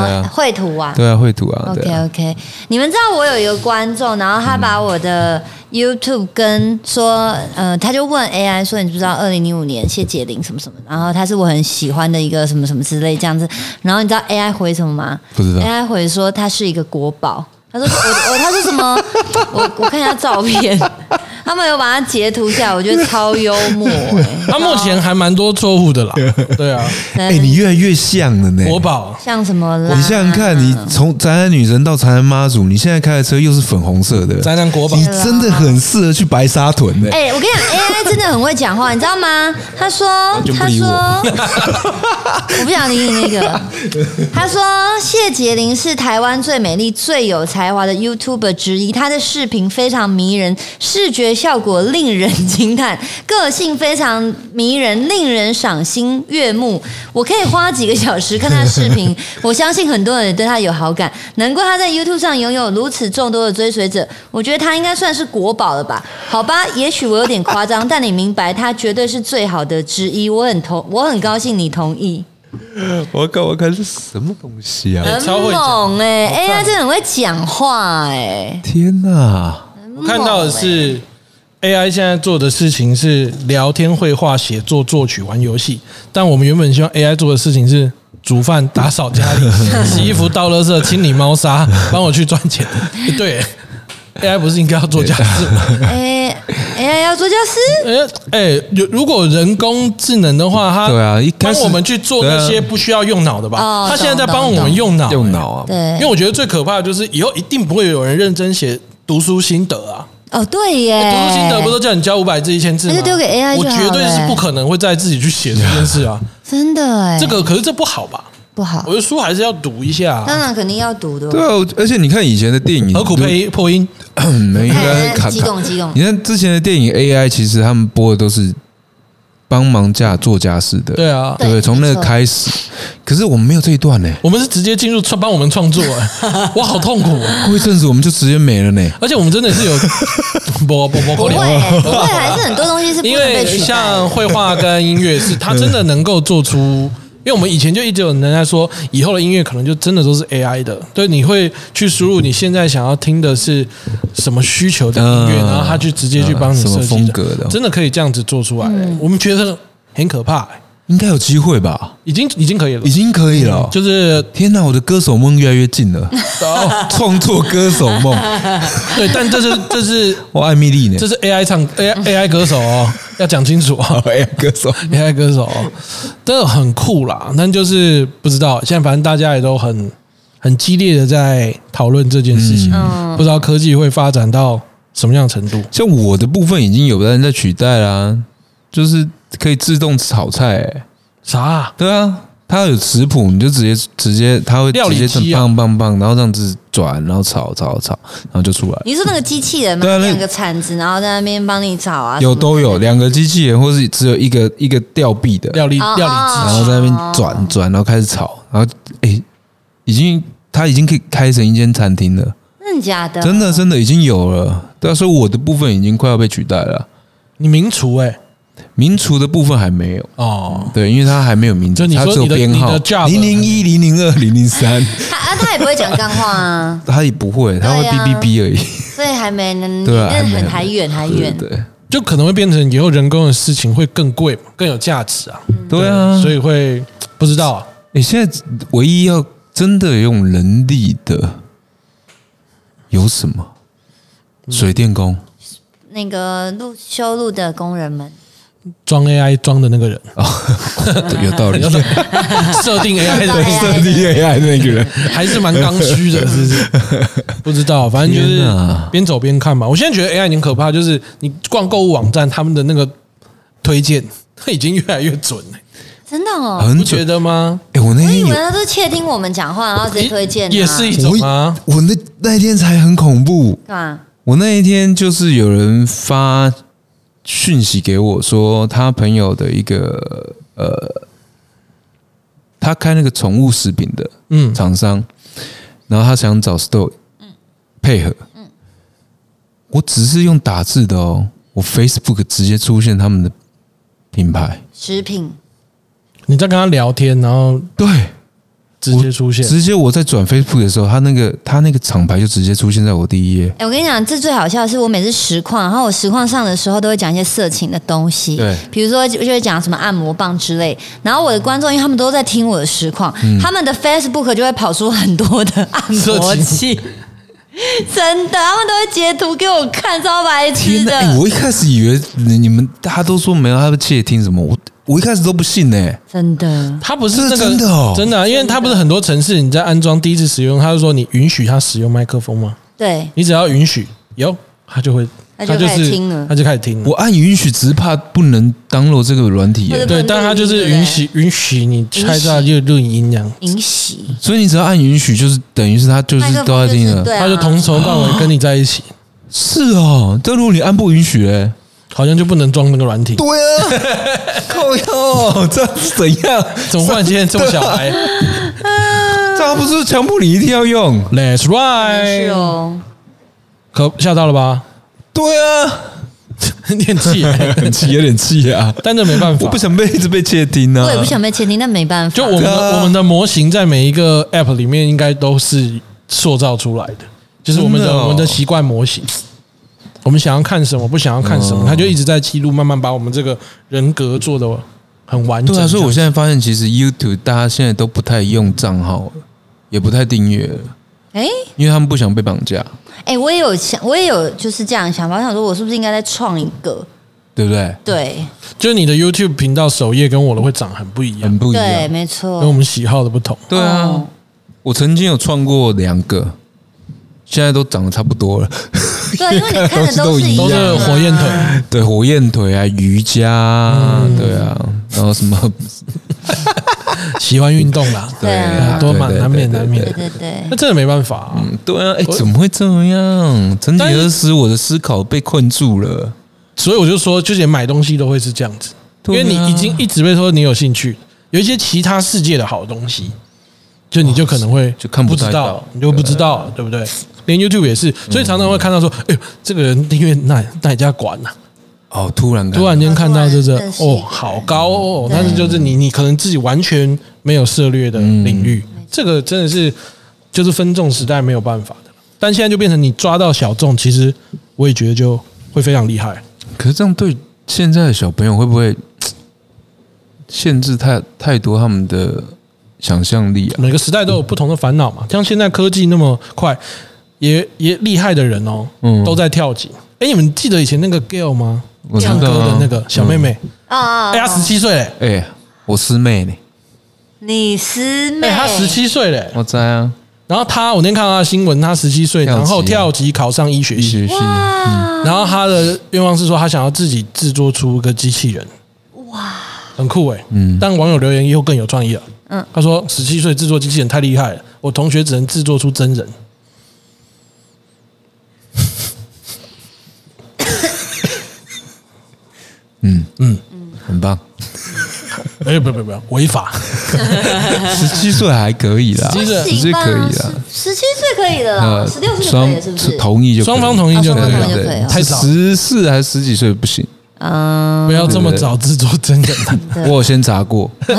[SPEAKER 3] 对啊
[SPEAKER 2] 绘图啊。
[SPEAKER 3] 对啊，绘图啊，对
[SPEAKER 2] OK
[SPEAKER 3] 啊，
[SPEAKER 2] OK，你们知道我有一个观众，然后他把我的 YouTube 跟说，呃，他就问 AI 说，你知不知道二零零五年谢杰林什么什么？然后他是我很喜欢的一个什么什么之类这样子。然后你知道 AI 回什么吗？
[SPEAKER 3] 不知道
[SPEAKER 2] AI 回说 他是一个国宝。他说我我他说什么？我我看一下照片。他 他们有把它截图下来，我觉得超幽默、欸。
[SPEAKER 1] 他目前还蛮多错误的 啦，对啊，
[SPEAKER 3] 哎、你越来越像了呢。
[SPEAKER 1] 国宝
[SPEAKER 2] 像什么啦？
[SPEAKER 3] 你想想看，你从宅男女神到宅男妈祖，你现在开的车又是粉红色的，
[SPEAKER 1] 宅男国宝
[SPEAKER 3] 你真的很适合去白沙屯欸呢、
[SPEAKER 2] 哎、我跟你讲，AI 真的很会讲话，你知道吗？他说
[SPEAKER 3] 全，不
[SPEAKER 2] 他
[SPEAKER 3] 理
[SPEAKER 2] 说，
[SPEAKER 3] 我
[SPEAKER 2] 我 不想理你那个。他说，谢杰玲是台湾最美丽、最有才华的 YouTuber 之一，她的视频非常迷人，视觉效果令人惊叹，个性非常迷人，令人赏心悦目。我可以花几个小时看她视频，我相信很多人也对她有好感，难怪她在 YouTube 上拥有如此众多的追随者。我觉得她应该算是国宝了吧？好吧，也许我有点夸张，但你明白，她绝对是最好的之一。我很同，我很高兴你同意。
[SPEAKER 3] 我靠，我看是什么东西啊！
[SPEAKER 1] 超哎
[SPEAKER 2] 很
[SPEAKER 1] 会讲
[SPEAKER 2] 猛哎、
[SPEAKER 1] 好赞
[SPEAKER 2] a i 真的很会讲话哎、
[SPEAKER 3] 天哪，
[SPEAKER 1] 我看到
[SPEAKER 3] 嗯
[SPEAKER 1] 的是 AI 现在做的事情是聊天、绘画、写作、作曲、玩游戏，但我们原本希望 AI 做的事情是。煮饭、打扫家 里、洗衣服、倒垃圾、清理猫砂，帮我去赚钱。欸对，AI 不是应该要做家事吗？
[SPEAKER 2] 哎哎呀，要做教师，
[SPEAKER 1] 哎、哎，有如果人工智能的话，它
[SPEAKER 3] 对啊一开
[SPEAKER 1] 帮
[SPEAKER 3] 始
[SPEAKER 1] 我们去做
[SPEAKER 3] 对啊
[SPEAKER 1] 那些不需要用脑的吧？
[SPEAKER 2] 哦
[SPEAKER 1] 它现在在帮
[SPEAKER 2] 懂懂
[SPEAKER 1] 我们
[SPEAKER 2] 懂
[SPEAKER 1] 用脑，
[SPEAKER 3] 用脑啊！
[SPEAKER 1] 因
[SPEAKER 2] 对
[SPEAKER 1] 为，我觉得最可怕的就是以后一定不会有人认真写读书心得啊。
[SPEAKER 2] 哦对耶，
[SPEAKER 1] 读书心得不都叫你交五百字、一千字吗？
[SPEAKER 2] 那就丢给 AI
[SPEAKER 1] 我
[SPEAKER 2] 就好
[SPEAKER 1] 绝对是
[SPEAKER 2] 了
[SPEAKER 1] 不可能会再自己去写这件事啊。
[SPEAKER 2] 真的哎，
[SPEAKER 1] 这个可是这不好吧？
[SPEAKER 2] 不好
[SPEAKER 1] 我，觉得书还是要读一下啊、
[SPEAKER 2] 当然肯定要读的哦，
[SPEAKER 3] 对啊，我而且你看以前的电影，
[SPEAKER 1] 何苦配破音？
[SPEAKER 3] 你 们应该
[SPEAKER 2] 哎
[SPEAKER 3] 看
[SPEAKER 2] 激动激动
[SPEAKER 3] 你看之前的电影 AI，其实他们播的都是帮忙家做家事的，
[SPEAKER 1] 对啊
[SPEAKER 3] 对不
[SPEAKER 2] 对
[SPEAKER 3] 对？从那个开始，可是我们没有这一段呢、欸
[SPEAKER 1] 我们是直接进入创帮我们创作、哎我好痛苦、哦。
[SPEAKER 3] 过一阵子我们就直接没了呢、
[SPEAKER 1] 而且我们真的是有不不不
[SPEAKER 2] 不
[SPEAKER 1] 不
[SPEAKER 2] 会
[SPEAKER 1] 聊
[SPEAKER 2] 耶不会，还是很多东西 是不
[SPEAKER 1] 因
[SPEAKER 2] 能被
[SPEAKER 1] 为
[SPEAKER 2] 取代
[SPEAKER 1] 像
[SPEAKER 2] 的。
[SPEAKER 1] 绘画跟音乐是，它真的能够做出。因为我们以前就一直有人在说，以后的音乐可能就真的都是 AI 的，对，你会去输入你现在想要听的是什么需求的音乐，
[SPEAKER 3] 嗯
[SPEAKER 1] 然后它去直接去帮你
[SPEAKER 3] 嗯什么
[SPEAKER 1] 设计
[SPEAKER 3] 风格的
[SPEAKER 1] 真的可以这样子做出来，我们觉得很可怕，
[SPEAKER 3] 应该有机会吧？
[SPEAKER 1] 已经已经可以了
[SPEAKER 3] 已，经可以了 哦、
[SPEAKER 1] 就是哦
[SPEAKER 3] 天哪，我的歌手梦越来越近了，创作歌手梦，
[SPEAKER 1] 对，但这是这是
[SPEAKER 3] 我艾米丽呢
[SPEAKER 1] 这？是 AI 唱 AI AI 歌手哦，要讲清楚哦。
[SPEAKER 3] 哎呀，歌手，
[SPEAKER 1] AI 歌手真的很酷啦，但就是不知道现在反正大家也都很很激烈的在讨论这件事情，
[SPEAKER 2] 嗯
[SPEAKER 1] 不知道科技会发展到什么样的程度。
[SPEAKER 3] 像我的部分已经有人在取代啦、就是可以自动炒菜、欸，
[SPEAKER 1] 啥、
[SPEAKER 3] 对啊，它有食谱，你就直接直接，它会
[SPEAKER 1] 料
[SPEAKER 3] 直
[SPEAKER 1] 理
[SPEAKER 3] 接这
[SPEAKER 1] 机
[SPEAKER 3] 样
[SPEAKER 1] 啊
[SPEAKER 3] 棒棒棒，然后这样子转，然后炒炒炒，然后就出来了。
[SPEAKER 2] 你是说那个机器人吗
[SPEAKER 3] 对啊？那
[SPEAKER 2] 两个铲子，然后在那边帮你找啊，
[SPEAKER 3] 有
[SPEAKER 2] 什么
[SPEAKER 3] 都有，两个机器人，或是只有一个一个吊臂的，
[SPEAKER 1] 料理
[SPEAKER 2] 哦
[SPEAKER 1] 料理
[SPEAKER 2] 哦
[SPEAKER 1] 机，
[SPEAKER 3] 然后在那边转转，然后开始炒，然后哎、已经它已经可以开成一间餐厅了。
[SPEAKER 2] 真的假的？
[SPEAKER 3] 真的真的已经有了，对啊，所以我的部分已经快要被取代了，
[SPEAKER 1] 你名厨哎、
[SPEAKER 3] 民厨的部分还没有，
[SPEAKER 1] 哦，
[SPEAKER 3] 对，因为它还没有名字
[SPEAKER 1] 就，你
[SPEAKER 3] 它
[SPEAKER 1] 说
[SPEAKER 3] 只有
[SPEAKER 1] 你的
[SPEAKER 3] 编号
[SPEAKER 1] 你的 job
[SPEAKER 3] 零零一、零零二、零零三，
[SPEAKER 2] 他 啊，他也不会讲脏 话啊，
[SPEAKER 3] 它也不会，它会
[SPEAKER 2] 对
[SPEAKER 3] 哔
[SPEAKER 2] 啊
[SPEAKER 3] 哔哔而已，
[SPEAKER 2] 所以还没能，
[SPEAKER 3] 对啊，
[SPEAKER 2] 那
[SPEAKER 3] 没有
[SPEAKER 2] 很还远还远。
[SPEAKER 3] 对对
[SPEAKER 1] 就可能会变成以后人工的事情会更贵嘛，更有价值啊，
[SPEAKER 2] 嗯
[SPEAKER 3] 对啊，
[SPEAKER 1] 所
[SPEAKER 3] 以
[SPEAKER 1] 以会不知道啊、
[SPEAKER 3] 你现在唯一要真的用人力的有什么？
[SPEAKER 2] 嗯
[SPEAKER 3] 水电 工
[SPEAKER 2] 那个路修路的工人们，
[SPEAKER 1] 装 AI 装的那个 人，
[SPEAKER 3] 哦，有道理，
[SPEAKER 1] 设定 AI 的人
[SPEAKER 3] 设计 AI 那个人，
[SPEAKER 1] 还是蛮刚需 的，是不是？不知道，反正就
[SPEAKER 3] 天
[SPEAKER 1] 是
[SPEAKER 3] 哪
[SPEAKER 1] 边走边看吧。我现在觉得 AI 已经可怕，就是你逛购物网站，他们的那个推荐， 它已经越来越准了，
[SPEAKER 3] 嗯
[SPEAKER 2] 真的哦，
[SPEAKER 1] 你
[SPEAKER 3] 很
[SPEAKER 1] 不
[SPEAKER 3] 准
[SPEAKER 1] 觉。得吗？
[SPEAKER 3] 哎，我那
[SPEAKER 2] 我以
[SPEAKER 3] 天
[SPEAKER 2] 为
[SPEAKER 3] 有
[SPEAKER 2] 他都窃听我们讲话，然后直接推荐、啊，
[SPEAKER 1] 也是一种
[SPEAKER 3] 我
[SPEAKER 1] 吗？
[SPEAKER 3] 我那那一天才很恐怖。
[SPEAKER 2] 干嘛？
[SPEAKER 3] 我那一天就是有人发讯息给我说，他朋友的一个呃，他开那个宠物食品的
[SPEAKER 1] 嗯，
[SPEAKER 3] 厂商，然后他想找 Store 配合。我只是用打字的哦，我 Facebook 直接出现他们的品牌，
[SPEAKER 2] 食品
[SPEAKER 1] 你在跟他聊天，然后
[SPEAKER 3] 对，
[SPEAKER 1] 直接出现，
[SPEAKER 3] 直接我在转 Facebook 的时候，他那个他那个厂牌就直接出现在我第一页
[SPEAKER 2] 哎、。我跟你讲，这最好笑的是，我每次实况，然后我实况上的时候都会讲一些色情的东西，
[SPEAKER 3] 对
[SPEAKER 2] 比如说就会讲什么按摩棒之类。然后我的观众，因为他们都在听
[SPEAKER 3] 嗯
[SPEAKER 2] 我的实况，他们的 Facebook 就会跑出很多的按摩器，真的，他们都会截图给我看，超白痴
[SPEAKER 3] 天
[SPEAKER 2] 的。
[SPEAKER 3] 哪！哎我一开始以为你你们大家都说没有他们窃听什么，我我一开始都不信呢、
[SPEAKER 2] 真的，
[SPEAKER 1] 它不是
[SPEAKER 3] 这
[SPEAKER 1] 那
[SPEAKER 3] 是
[SPEAKER 1] 个
[SPEAKER 3] 真的哦
[SPEAKER 1] 真的啊、因为它不是很多城市你在安装第一次使用，它就说你允许它使用麦克风吗？
[SPEAKER 2] 对，
[SPEAKER 1] 你只要允许，有它就会，
[SPEAKER 2] 它就开
[SPEAKER 1] 是
[SPEAKER 2] 始听了
[SPEAKER 1] 它就开始听了
[SPEAKER 3] 我。按允许，只是怕不能 download 这个软体、
[SPEAKER 2] 或者
[SPEAKER 3] 欸，
[SPEAKER 1] 对，但它就是允许允许你拆到就录音这样，
[SPEAKER 2] 引喜，
[SPEAKER 3] 所以你只要按允许，就是等于是他就是
[SPEAKER 2] 麦克
[SPEAKER 3] 都
[SPEAKER 2] 风
[SPEAKER 3] 在
[SPEAKER 2] 就
[SPEAKER 3] 听
[SPEAKER 2] 是
[SPEAKER 3] 了。
[SPEAKER 2] 对啊，
[SPEAKER 1] 它就从头到尾跟你在一起，
[SPEAKER 3] 是哦，但如果你按不允许、欸，
[SPEAKER 1] 好像就不能装那个软体。
[SPEAKER 3] 对啊， 靠哟，这样是怎样？
[SPEAKER 1] 怎么忽然间这么小 孩
[SPEAKER 3] 这样不是强迫你一定要用？
[SPEAKER 1] ？That's
[SPEAKER 3] 哎
[SPEAKER 2] 是
[SPEAKER 1] right，
[SPEAKER 2] 哦，
[SPEAKER 1] 可吓到了吧？
[SPEAKER 3] 对啊，
[SPEAKER 1] 念气、
[SPEAKER 3] 很气，有点 气啊！
[SPEAKER 1] 但这没办法，
[SPEAKER 3] 我不想被一直被窃听啊！
[SPEAKER 2] 我也不想被窃听，但没办法，
[SPEAKER 1] 就我们的我们的模型在每一个 App 里面应该都是塑造出来的，就是我们的
[SPEAKER 3] 真的哦
[SPEAKER 1] 我们的习惯模型。我们想要看什么，不想要看什
[SPEAKER 3] 哦
[SPEAKER 1] 么，它就一直在记录，慢慢把我们这个人格做的很完整。
[SPEAKER 3] 对啊，所以我现在发现，其实 YouTube 大家现在都不太用账号了，也不太订阅了，
[SPEAKER 2] 哎
[SPEAKER 3] 因为他们不想被绑架，
[SPEAKER 2] 哎，我也有想，我也有就是这样想法，我想说我是不是应该再创一个？
[SPEAKER 3] 对不对？
[SPEAKER 2] 对
[SPEAKER 1] 就是你的 YouTube 频道首页跟我的会长很不一样，
[SPEAKER 2] 嗯
[SPEAKER 3] 很不一
[SPEAKER 2] 对，
[SPEAKER 3] 样。
[SPEAKER 2] 没
[SPEAKER 1] 因为我
[SPEAKER 2] 错，
[SPEAKER 1] 们喜好的不同。
[SPEAKER 3] 对啊
[SPEAKER 2] 哦，
[SPEAKER 3] 我曾经有创过两个，现在都长得差不多了。
[SPEAKER 2] 对，啊因为你看的
[SPEAKER 3] 都
[SPEAKER 2] 是
[SPEAKER 3] 一
[SPEAKER 2] 一
[SPEAKER 1] 都
[SPEAKER 2] 样
[SPEAKER 1] 是
[SPEAKER 2] 啊，
[SPEAKER 1] 火焰腿，
[SPEAKER 3] 对，火焰腿啊，瑜伽啊，对啊，然后什么，
[SPEAKER 1] 喜欢运动啦，
[SPEAKER 2] 对啊
[SPEAKER 1] 多嘛难免难免
[SPEAKER 2] 对嗯对对
[SPEAKER 1] 那，真的没办法、啊。
[SPEAKER 3] 对啊，哎，怎么会这样？整体
[SPEAKER 1] 但是
[SPEAKER 3] 而使我的思考被困住了。
[SPEAKER 1] 所以我就说，就是买东西都会是这样子，因
[SPEAKER 3] 对
[SPEAKER 1] 为
[SPEAKER 3] 啊
[SPEAKER 1] 你已经一直被说你有兴趣，有一些其他世界的好东西，就你就可能会
[SPEAKER 3] 就看不
[SPEAKER 1] 不
[SPEAKER 3] 太
[SPEAKER 1] 知
[SPEAKER 3] 到
[SPEAKER 1] 道，你就不知道，对不对？连 YouTube 也是，所以常常会看到说，哎呦，这个人订阅哪哪家馆啊呐？
[SPEAKER 3] 哦，突然感
[SPEAKER 1] 突然间看到就是
[SPEAKER 2] 突然认识一个
[SPEAKER 1] 哦，
[SPEAKER 2] 人
[SPEAKER 1] 好高哦，
[SPEAKER 2] 对
[SPEAKER 1] 但是就是你你可能自己完全没有涉猎的领域，这个真的是就是分众时代没有办法的，但现在就变成你抓到小众，其实我也觉得就会非常厉害。
[SPEAKER 3] 可是这样对现在的小朋友会不会限制太太多他们的想象力啊？
[SPEAKER 1] 每个时代都有不同的烦恼嘛。像现在科技那么快，也也厉害的人哦，
[SPEAKER 3] 嗯
[SPEAKER 1] 都在跳级。哎，你们记得以前那个 Gail 吗？
[SPEAKER 3] 我知道
[SPEAKER 1] 唱
[SPEAKER 3] 啊嗯
[SPEAKER 1] 歌的那个小妹妹，
[SPEAKER 2] 啊啊，
[SPEAKER 1] 哎，她十七岁嘞，
[SPEAKER 3] 哎、我师妹呢？
[SPEAKER 2] 你师妹，
[SPEAKER 1] 哎，她十，七岁嘞。
[SPEAKER 3] 我在啊，
[SPEAKER 1] 然后她，我那天看到她的新闻，她十七岁，
[SPEAKER 3] 跳级
[SPEAKER 1] 然后跳级考上医学
[SPEAKER 3] 必
[SPEAKER 1] 系。
[SPEAKER 3] 须是
[SPEAKER 2] 哇
[SPEAKER 1] 然后她的愿望是说，她想要自己制作出个机器人。哇，很酷哎。嗯，但网友留言又更有创意了。嗯
[SPEAKER 2] 嗯，
[SPEAKER 1] 他说十七岁制作机器人太厉害了，我同学只能制作出真人。
[SPEAKER 3] 很棒，
[SPEAKER 1] 哎，不不不，违法。
[SPEAKER 3] 十七岁还可以啦，
[SPEAKER 1] 17岁
[SPEAKER 3] 十七
[SPEAKER 2] 行吧
[SPEAKER 3] 可以啦。呃
[SPEAKER 2] 十七岁可以的啦，十六岁就可以
[SPEAKER 3] 双
[SPEAKER 2] 了，是不是？
[SPEAKER 3] 同意就可以
[SPEAKER 1] 双方同意就可以
[SPEAKER 2] 哦
[SPEAKER 1] 了
[SPEAKER 2] 双方同意就可以了
[SPEAKER 3] 对对，
[SPEAKER 1] 太早
[SPEAKER 3] 十四还是十几岁不行，
[SPEAKER 2] 嗯，
[SPEAKER 1] 不要这么早制作真人，
[SPEAKER 3] 我有先 查过，对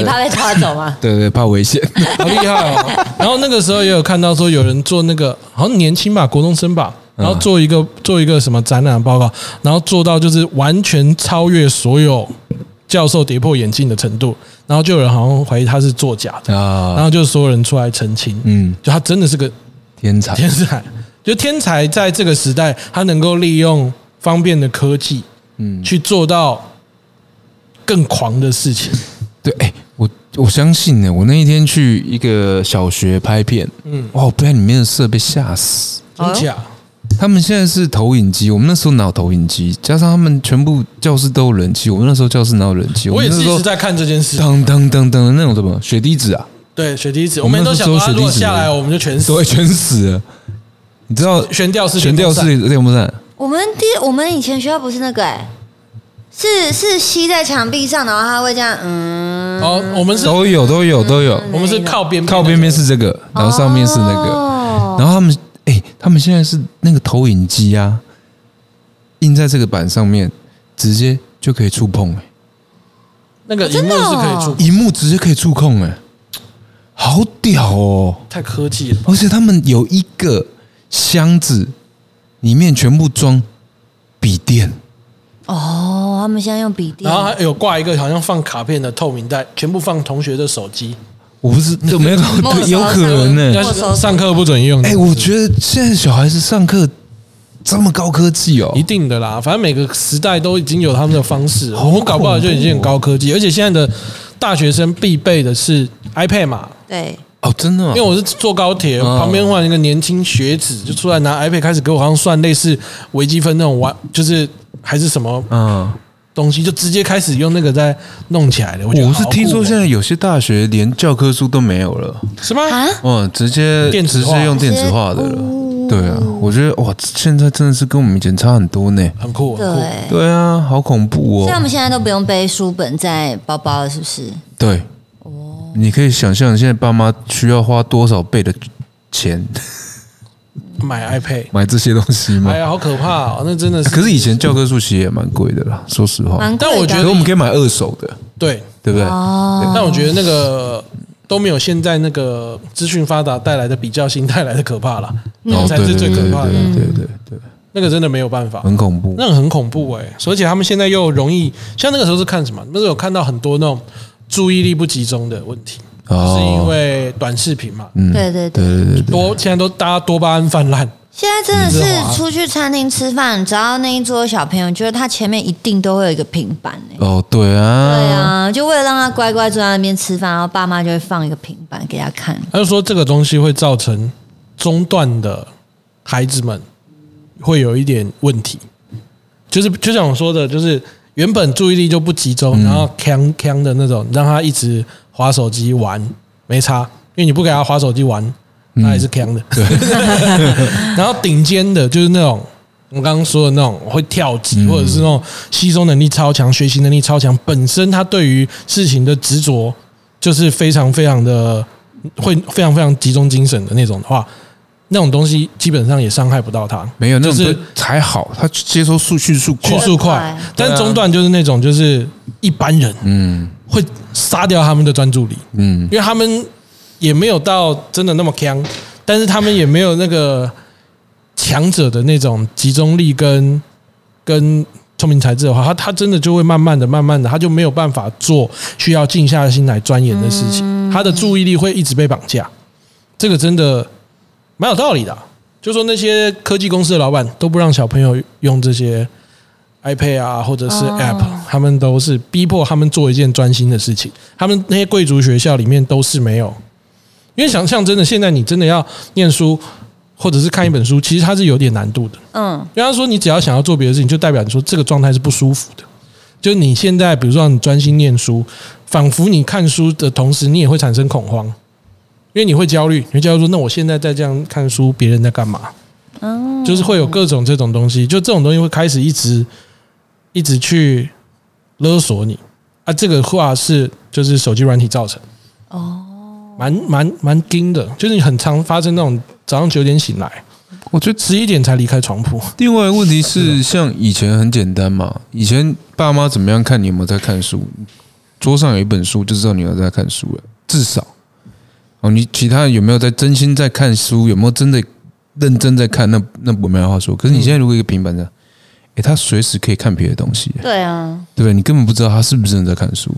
[SPEAKER 2] 你怕被抓走吗？
[SPEAKER 3] 对对，怕危险。
[SPEAKER 1] 好厉害哦！然后那个时候也有看到说有人做那个，好像年轻吧，国中生吧，
[SPEAKER 3] 嗯
[SPEAKER 1] 然后做一个做一个什么展览报告，然后做到就是完全超越所有教授跌破眼镜的程度，然后就有人好像怀疑他是作假的，
[SPEAKER 3] 啊
[SPEAKER 1] 然后就所有人出来澄清，
[SPEAKER 3] 嗯，
[SPEAKER 1] 就他真的是个
[SPEAKER 3] 天才，
[SPEAKER 1] 天才，就天才在这个时代，他能够利用方便的科技，嗯，去做到更狂的事情。
[SPEAKER 3] 对，哎、我我相信呢、我那一天去一个小学拍片，嗯，哇，我被里面的设备吓死。
[SPEAKER 1] 真假？
[SPEAKER 3] 他们现在是投影机，我们那时候哪有投影机？加上他们全部教室都有冷气，我们那时候教室哪有冷气？
[SPEAKER 1] 我也
[SPEAKER 3] 们
[SPEAKER 1] 是
[SPEAKER 3] 那
[SPEAKER 1] 一
[SPEAKER 3] 时候
[SPEAKER 1] 直在看这件事。
[SPEAKER 3] 当当当当的那种什么雪地纸啊，
[SPEAKER 1] 对，雪滴子，我
[SPEAKER 3] 我们
[SPEAKER 1] 们都想说，
[SPEAKER 3] 那时候
[SPEAKER 1] 如果
[SPEAKER 3] 雪滴子
[SPEAKER 1] 下来，我们就全
[SPEAKER 3] 都
[SPEAKER 1] 死。
[SPEAKER 3] 会全死了。你知道
[SPEAKER 1] 悬吊式
[SPEAKER 3] 悬吊
[SPEAKER 1] 电
[SPEAKER 3] 式电风扇？
[SPEAKER 2] 我们第我们以前学校不是那个哎、是是吸在墙壁上，然后它会这样，嗯，
[SPEAKER 1] 哦，我们是，
[SPEAKER 3] 都有都有都有，
[SPEAKER 1] 我们是靠边，
[SPEAKER 3] 靠边边是这个，然后上面是那个，
[SPEAKER 2] 哦
[SPEAKER 3] 然后他们哎、他们现在是那个投影机啊，印在这个板上面，直接就可以触碰、哎，
[SPEAKER 1] 那个荧
[SPEAKER 2] 真
[SPEAKER 1] 幕
[SPEAKER 2] 的哦
[SPEAKER 1] 是可以触，
[SPEAKER 3] 荧幕直接可以触控、哎，好屌哦！
[SPEAKER 1] 太科技了。
[SPEAKER 3] 而且他们有一个箱子，里面全部装笔电，
[SPEAKER 2] 哦，他们现在用笔电
[SPEAKER 1] 然，后还有挂一个好像放卡片的透明袋，全部放同学的手机，
[SPEAKER 4] 我不是这没有搞
[SPEAKER 2] 没收，
[SPEAKER 4] 有可能呢、
[SPEAKER 2] 没
[SPEAKER 1] 要
[SPEAKER 2] 没收
[SPEAKER 1] 上课不准用。
[SPEAKER 3] 嗯哎、我觉得现在小孩子上课这么高科技哦
[SPEAKER 1] 一，定的啦，反正每个时代都已经有他们的方式了，
[SPEAKER 3] 好
[SPEAKER 1] 我们搞不好
[SPEAKER 3] 恐怖
[SPEAKER 1] 就
[SPEAKER 3] 哦
[SPEAKER 1] 已经很高科技，而且现在的大学生必备的是 iPad 嘛，
[SPEAKER 2] 对，
[SPEAKER 3] 哦，真的、哦
[SPEAKER 1] 因为我是坐高铁，
[SPEAKER 3] 哦
[SPEAKER 1] 旁边换一个年轻学子就出来拿 iPad 开始给我好像算类似微积分那种玩，就是还是什么
[SPEAKER 3] 嗯，
[SPEAKER 1] 东西，就直接开始用那个在弄起来了。我觉得
[SPEAKER 3] 我是
[SPEAKER 1] 好酷
[SPEAKER 3] 听说
[SPEAKER 1] 哦
[SPEAKER 3] 现在有些大学连教科书都没有了，
[SPEAKER 1] 是吗？
[SPEAKER 2] 啊，
[SPEAKER 3] 嗯，直接
[SPEAKER 1] 电子
[SPEAKER 3] 直
[SPEAKER 1] 化
[SPEAKER 3] 接用电子化的了。对啊，我觉得哇，现在真的是跟我们以前差很多呢。
[SPEAKER 1] 很酷，
[SPEAKER 2] 对
[SPEAKER 1] 很酷。，
[SPEAKER 3] 对啊，好恐怖
[SPEAKER 2] 所以他
[SPEAKER 3] 哦。
[SPEAKER 2] 们现在都不用背书本在包包了，是不是？
[SPEAKER 3] 对，你可以想象现在爸妈需要花多少倍的钱
[SPEAKER 1] 买 iPad，
[SPEAKER 3] 买这些东西吗
[SPEAKER 1] 哎？呀，好可怕哦！那真的是，
[SPEAKER 3] 啊可是以前教科书其实也蛮贵的啦，说实话。
[SPEAKER 2] 蛮贵的
[SPEAKER 1] 但我觉
[SPEAKER 3] 可
[SPEAKER 1] 得
[SPEAKER 3] 是我们可以买二手的，
[SPEAKER 1] 对，
[SPEAKER 3] 对不对？
[SPEAKER 2] 哦，
[SPEAKER 1] 但我觉得那个都没有现在那个资讯发达带来的比较性带来的可怕啦，
[SPEAKER 2] 嗯
[SPEAKER 1] 那个
[SPEAKER 3] 哦，
[SPEAKER 1] 才
[SPEAKER 3] 对
[SPEAKER 1] 是
[SPEAKER 3] 对
[SPEAKER 1] 最
[SPEAKER 3] 对
[SPEAKER 1] 可
[SPEAKER 3] 对
[SPEAKER 1] 怕的，
[SPEAKER 3] 对嗯对对对，
[SPEAKER 1] 那个真的没有办法，
[SPEAKER 3] 很恐怖。
[SPEAKER 1] 那个很恐怖哎、所以而且他们现在又容易，像那个时候是看什么？那时候有看到很多那种注意力不集中的问题，
[SPEAKER 3] 哦
[SPEAKER 1] 是因为短视频嘛，
[SPEAKER 3] 嗯
[SPEAKER 2] 对对对
[SPEAKER 3] 对对对对，
[SPEAKER 1] 多现在都大家多巴胺泛滥，
[SPEAKER 2] 现在真的是出去餐厅吃饭，只要那一桌小朋友，就是他前面一定都会有一个平板哎、
[SPEAKER 3] 哦，对啊，
[SPEAKER 2] 对啊，就为了让他乖乖坐在那边吃饭，然后爸妈就会放一个平板给他看。
[SPEAKER 1] 他就说这个东西会造成中断的孩子们会有一点问题，就是就像我说的，就是原本注意力就不集中，
[SPEAKER 3] 嗯
[SPEAKER 1] 然后锵锵的那种，让他一直划手机玩没差，因为你不给他划手机玩，
[SPEAKER 3] 嗯
[SPEAKER 1] 他还是锵的。 然后顶尖的就是那种。我刚刚说的那种会跳
[SPEAKER 3] 嗯
[SPEAKER 1] 级，或者是那种吸收能力超强、学习能力超强，本身他对于事情的执着就是非常非常的会非常非常集中精神的那种的话，那种东西基本上也伤害不到他。
[SPEAKER 3] 没有那
[SPEAKER 1] 就
[SPEAKER 3] 种
[SPEAKER 1] 是
[SPEAKER 3] 都还好，他接收速迅速
[SPEAKER 1] 迅
[SPEAKER 3] 快，
[SPEAKER 1] 速快
[SPEAKER 2] 快，
[SPEAKER 1] 但中段就是那种就是一般人
[SPEAKER 3] 嗯
[SPEAKER 1] 会杀掉他们的专注力，
[SPEAKER 3] 嗯，
[SPEAKER 1] 因为他们也没有到真的那么强，但是他们也没有那个强者的那种集中力跟跟聪明才智的话，他他真的就会慢慢的、慢慢的，他就没有办法做需要静下心来钻研的事情，他的注意力会一直被绑架，这个真的蛮有道理的啊、就说那些科技公司的老板都不让小朋友用这些 iPad 啊，或者是
[SPEAKER 2] 哦
[SPEAKER 1] App，、他们都是逼迫他们做一件专心的事情。他们那些贵族学校里面都是没有，因为想象真的，现在你真的要念书或者是看一本书，其实它是有点难度的。
[SPEAKER 2] 嗯，
[SPEAKER 1] 因为他说你只要想要做别的事情，就代表你说这个状态是不舒服的。就你现在，比如说让你专心念书，仿佛你看书的同时，你也会产生恐慌，因为你会焦虑，你会焦虑说：那我现在在这样看书，别人在干嘛？就是会有各种这种东西，就这种东西会开始一直一直去勒索你啊。这个话是就是手机软体造成哦，蛮蛮蛮惊的，就是你很常发生那种早上九点醒来，
[SPEAKER 3] 我觉得
[SPEAKER 1] 十一点才离开床铺。
[SPEAKER 3] 另外一个问题是，像以前很简单嘛，以前爸妈怎么样看你有没有在看书，桌上有一本书就知道你有在看书了，至少哦，你其他人有没有在真心在看书，有没有真的认真在看，那那我没话说。
[SPEAKER 1] 嗯
[SPEAKER 3] 可是你现在如果一个平板上，诶，他随时可以看别的东西，
[SPEAKER 2] 对啊，
[SPEAKER 3] 对不对？你根本不知道他是不是真的在看书，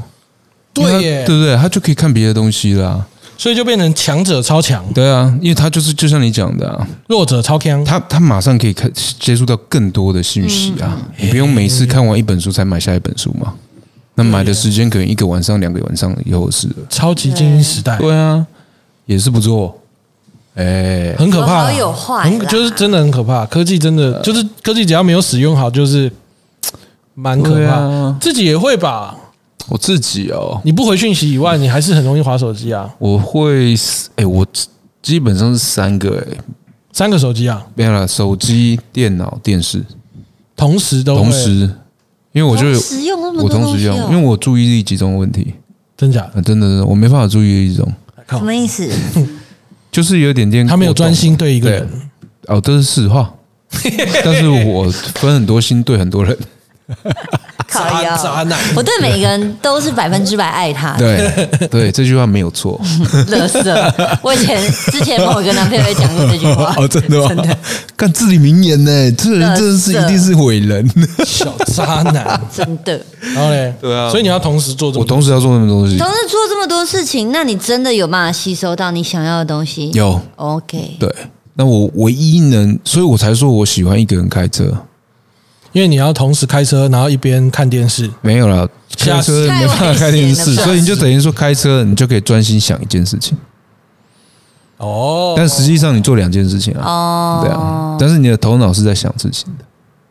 [SPEAKER 3] 因为
[SPEAKER 1] 对
[SPEAKER 3] 他
[SPEAKER 1] 耶，
[SPEAKER 3] 对不对？他就可以看别的东西啦，
[SPEAKER 1] 所以就变成强者超强，
[SPEAKER 3] 对啊，因为他就是就像你讲的、啊，
[SPEAKER 1] 弱者超强。
[SPEAKER 3] 他他马上可以看接触到更多的信息啊，你不用每次看完一本书才买下一本书嘛。那买的时间可能一个晚上、两个晚上以后的事了。
[SPEAKER 1] 超级精英时代，
[SPEAKER 3] 对啊，也是不错。哎，
[SPEAKER 1] 很可怕啦，
[SPEAKER 2] 有好有坏啦
[SPEAKER 1] 很就是真的很可怕。科技真
[SPEAKER 3] 呃
[SPEAKER 1] 的就是科技，只要没有使用好，就是嘖蛮可
[SPEAKER 3] 对
[SPEAKER 1] 怕
[SPEAKER 3] 啊。
[SPEAKER 1] 自己也会吧，
[SPEAKER 3] 我自己哦，
[SPEAKER 1] 你不回讯息以外，你还是很容易划手机啊，
[SPEAKER 3] 我会哎，我基本上是三个哎，
[SPEAKER 1] 三个手机啊，
[SPEAKER 3] 没有了，手机、电脑、电视，
[SPEAKER 1] 同时都会
[SPEAKER 3] 同时，因为我就有
[SPEAKER 2] 同时用那么
[SPEAKER 3] 我
[SPEAKER 2] 多
[SPEAKER 3] 同
[SPEAKER 2] 东
[SPEAKER 3] 时
[SPEAKER 2] 西、哦，
[SPEAKER 3] 用，因为我注意力集中的问题，
[SPEAKER 1] 真假的
[SPEAKER 3] 啊，真的真的，我没办法注意力集中，
[SPEAKER 1] 靠
[SPEAKER 2] 哦什，么意思？
[SPEAKER 3] 就是有点点
[SPEAKER 1] 他没有
[SPEAKER 3] 过动
[SPEAKER 1] 专心对一个
[SPEAKER 3] 对
[SPEAKER 1] 人，
[SPEAKER 3] 哦，这是实话，但是我分很多心对很多人，
[SPEAKER 2] 靠
[SPEAKER 1] 渣
[SPEAKER 2] 腰
[SPEAKER 1] 渣男
[SPEAKER 2] 我对每个人都是百分之百爱他，
[SPEAKER 3] 对对，这句话没有错。，
[SPEAKER 2] 乐色。我以前之前某一个男朋友也讲 过这句话
[SPEAKER 3] 哦，真的吗？
[SPEAKER 2] 真的，
[SPEAKER 3] 干至理名言呢，这人真的是
[SPEAKER 2] 垃圾
[SPEAKER 3] 一定是毁人。
[SPEAKER 1] 小渣男。
[SPEAKER 2] 真的。
[SPEAKER 1] 然后嘞，
[SPEAKER 3] 对啊
[SPEAKER 1] 所以你要同时做这
[SPEAKER 3] 我
[SPEAKER 1] 么多
[SPEAKER 3] 同时要做那么多
[SPEAKER 1] 嗯
[SPEAKER 3] 东西
[SPEAKER 2] 同，时做这么多事情，那你真的有办法吸收到你想要的东西？
[SPEAKER 3] 有
[SPEAKER 2] ，OK，
[SPEAKER 3] 对。那我唯一能，所以我才说我喜欢一个人开车。
[SPEAKER 1] 因为你要同时开车，然后一边看电视。
[SPEAKER 3] 没有啦，
[SPEAKER 1] 吓
[SPEAKER 3] 开
[SPEAKER 1] 死
[SPEAKER 3] 车没办法开电视，
[SPEAKER 2] 太危险了吧
[SPEAKER 3] 所以你就等于说开车你就可以专心想一件事情，
[SPEAKER 1] 哦，
[SPEAKER 3] 但实际上你做两件事情啊，
[SPEAKER 2] 哦，
[SPEAKER 3] 对啊，但是你的头脑是在想事情的，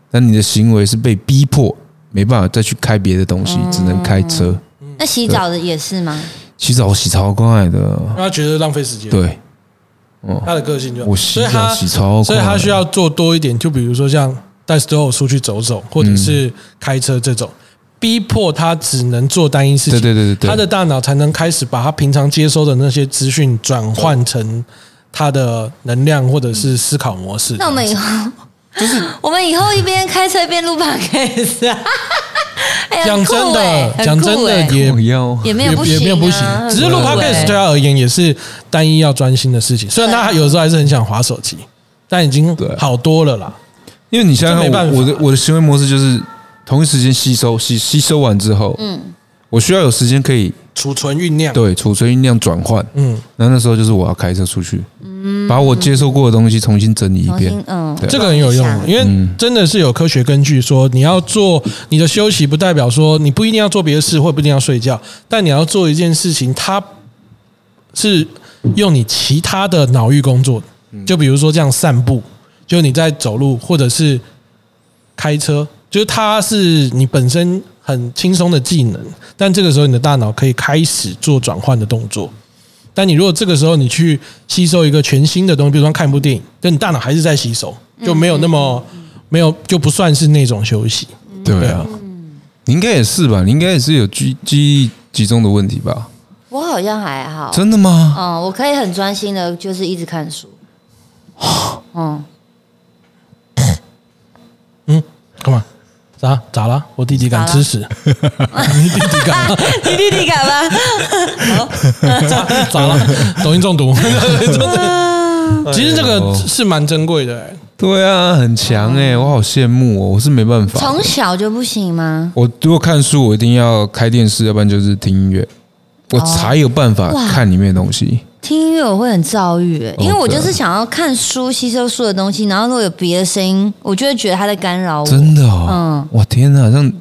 [SPEAKER 3] 但你的行为是被逼迫，没办法再去开别的东西，
[SPEAKER 2] 嗯
[SPEAKER 3] 只能开车。
[SPEAKER 2] 那洗澡的也是吗？
[SPEAKER 3] 洗澡洗超快的，
[SPEAKER 1] 让他觉得浪费时间。，
[SPEAKER 3] 对
[SPEAKER 1] 他的个性就
[SPEAKER 3] 我洗
[SPEAKER 1] 所以
[SPEAKER 3] 澡
[SPEAKER 1] 他
[SPEAKER 3] 洗超快，欸
[SPEAKER 1] 所以他需要做多一点，就比如说像带 Store 出去走走，或者
[SPEAKER 3] 嗯
[SPEAKER 1] 是开车这种，逼迫他只能做单一事情。
[SPEAKER 3] 对对对对对
[SPEAKER 1] 他的大脑才能开始把他平常接收的那些资讯转换成他的能量或者是思考模式。
[SPEAKER 2] 那我们以后就是 我们以后一边开车一边录 podcast 啊。 哎呀
[SPEAKER 1] 讲
[SPEAKER 2] 很酷
[SPEAKER 1] 真
[SPEAKER 2] 欸
[SPEAKER 1] 的，
[SPEAKER 2] 很
[SPEAKER 1] 讲真
[SPEAKER 2] 酷
[SPEAKER 1] 的
[SPEAKER 2] 欸
[SPEAKER 1] 也
[SPEAKER 3] 我要
[SPEAKER 2] 也没有
[SPEAKER 1] 也
[SPEAKER 2] 不行、啊，
[SPEAKER 1] 也没有不行，只是录
[SPEAKER 2] 很酷
[SPEAKER 1] podcast
[SPEAKER 2] 欸
[SPEAKER 1] 对他而言也是单一要专心的事情。虽然他
[SPEAKER 2] 对啊
[SPEAKER 1] 有时候还是很想划手机，但已经
[SPEAKER 3] 对
[SPEAKER 1] 好多了啦。
[SPEAKER 3] 因为你想想
[SPEAKER 1] 这没
[SPEAKER 3] 看
[SPEAKER 1] 办法
[SPEAKER 3] 我，我的我的行为模式就是同一时间吸收吸吸收完之后，
[SPEAKER 2] 嗯，
[SPEAKER 3] 我需要有时间可以
[SPEAKER 1] 储存酝酿，
[SPEAKER 3] 对储存酝酿转换，
[SPEAKER 1] 嗯，
[SPEAKER 3] 那那时候就是我要开车出去，把我接受过的东西重新整理一
[SPEAKER 2] 嗯重
[SPEAKER 3] 遍
[SPEAKER 2] 新，嗯，
[SPEAKER 3] 对
[SPEAKER 1] 这个很有用，因为真的是有科学根据说，你要做你的休息，不代表说你不一定要做别的事，或不一定要睡觉，但你要做一件事情，它是用你其他的脑域工作的，就比如说这样散步，就你在走路或者是开车，就是它是你本身很轻松的技能，但这个时候你的大脑可以开始做转换的动作。但你如果这个时候你去吸收一个全新的东西，比如说看一部电影，但你大脑还是在吸收，就没有那么没有就不算是那种休息。
[SPEAKER 2] 嗯
[SPEAKER 3] 对啊，
[SPEAKER 1] 嗯
[SPEAKER 3] 你应该也是吧？你应该也是有记记忆集中的问题吧？
[SPEAKER 2] 我好像还好，
[SPEAKER 3] 真的吗？
[SPEAKER 2] 嗯，我可以很专心的，就是一直看 书，嗯，
[SPEAKER 1] 嗯，干嘛？咋咋了？我弟弟敢吃 屎？你弟弟敢吗？
[SPEAKER 2] 你弟弟 敢吗？
[SPEAKER 1] 咋咋了？抖音 中毒？其实这
[SPEAKER 3] 哎
[SPEAKER 1] 个是蛮珍贵的、欸，
[SPEAKER 3] 对啊，很强哎、我好羡慕哦，我是没办法。
[SPEAKER 2] 从小就不行吗？
[SPEAKER 3] 我如果看书，我一定要开电视，要不然就是听音乐，我才有办法
[SPEAKER 2] 哦哇哦
[SPEAKER 3] 看里面的东西。
[SPEAKER 2] 听音乐我会很躁郁、欸，
[SPEAKER 3] 哦
[SPEAKER 2] 因为我就是想要看书，吸收书的东西，然后如果有别的声音，我就会觉得他在干扰我。
[SPEAKER 3] 真的
[SPEAKER 2] 嗯
[SPEAKER 3] 哦，我天哪，像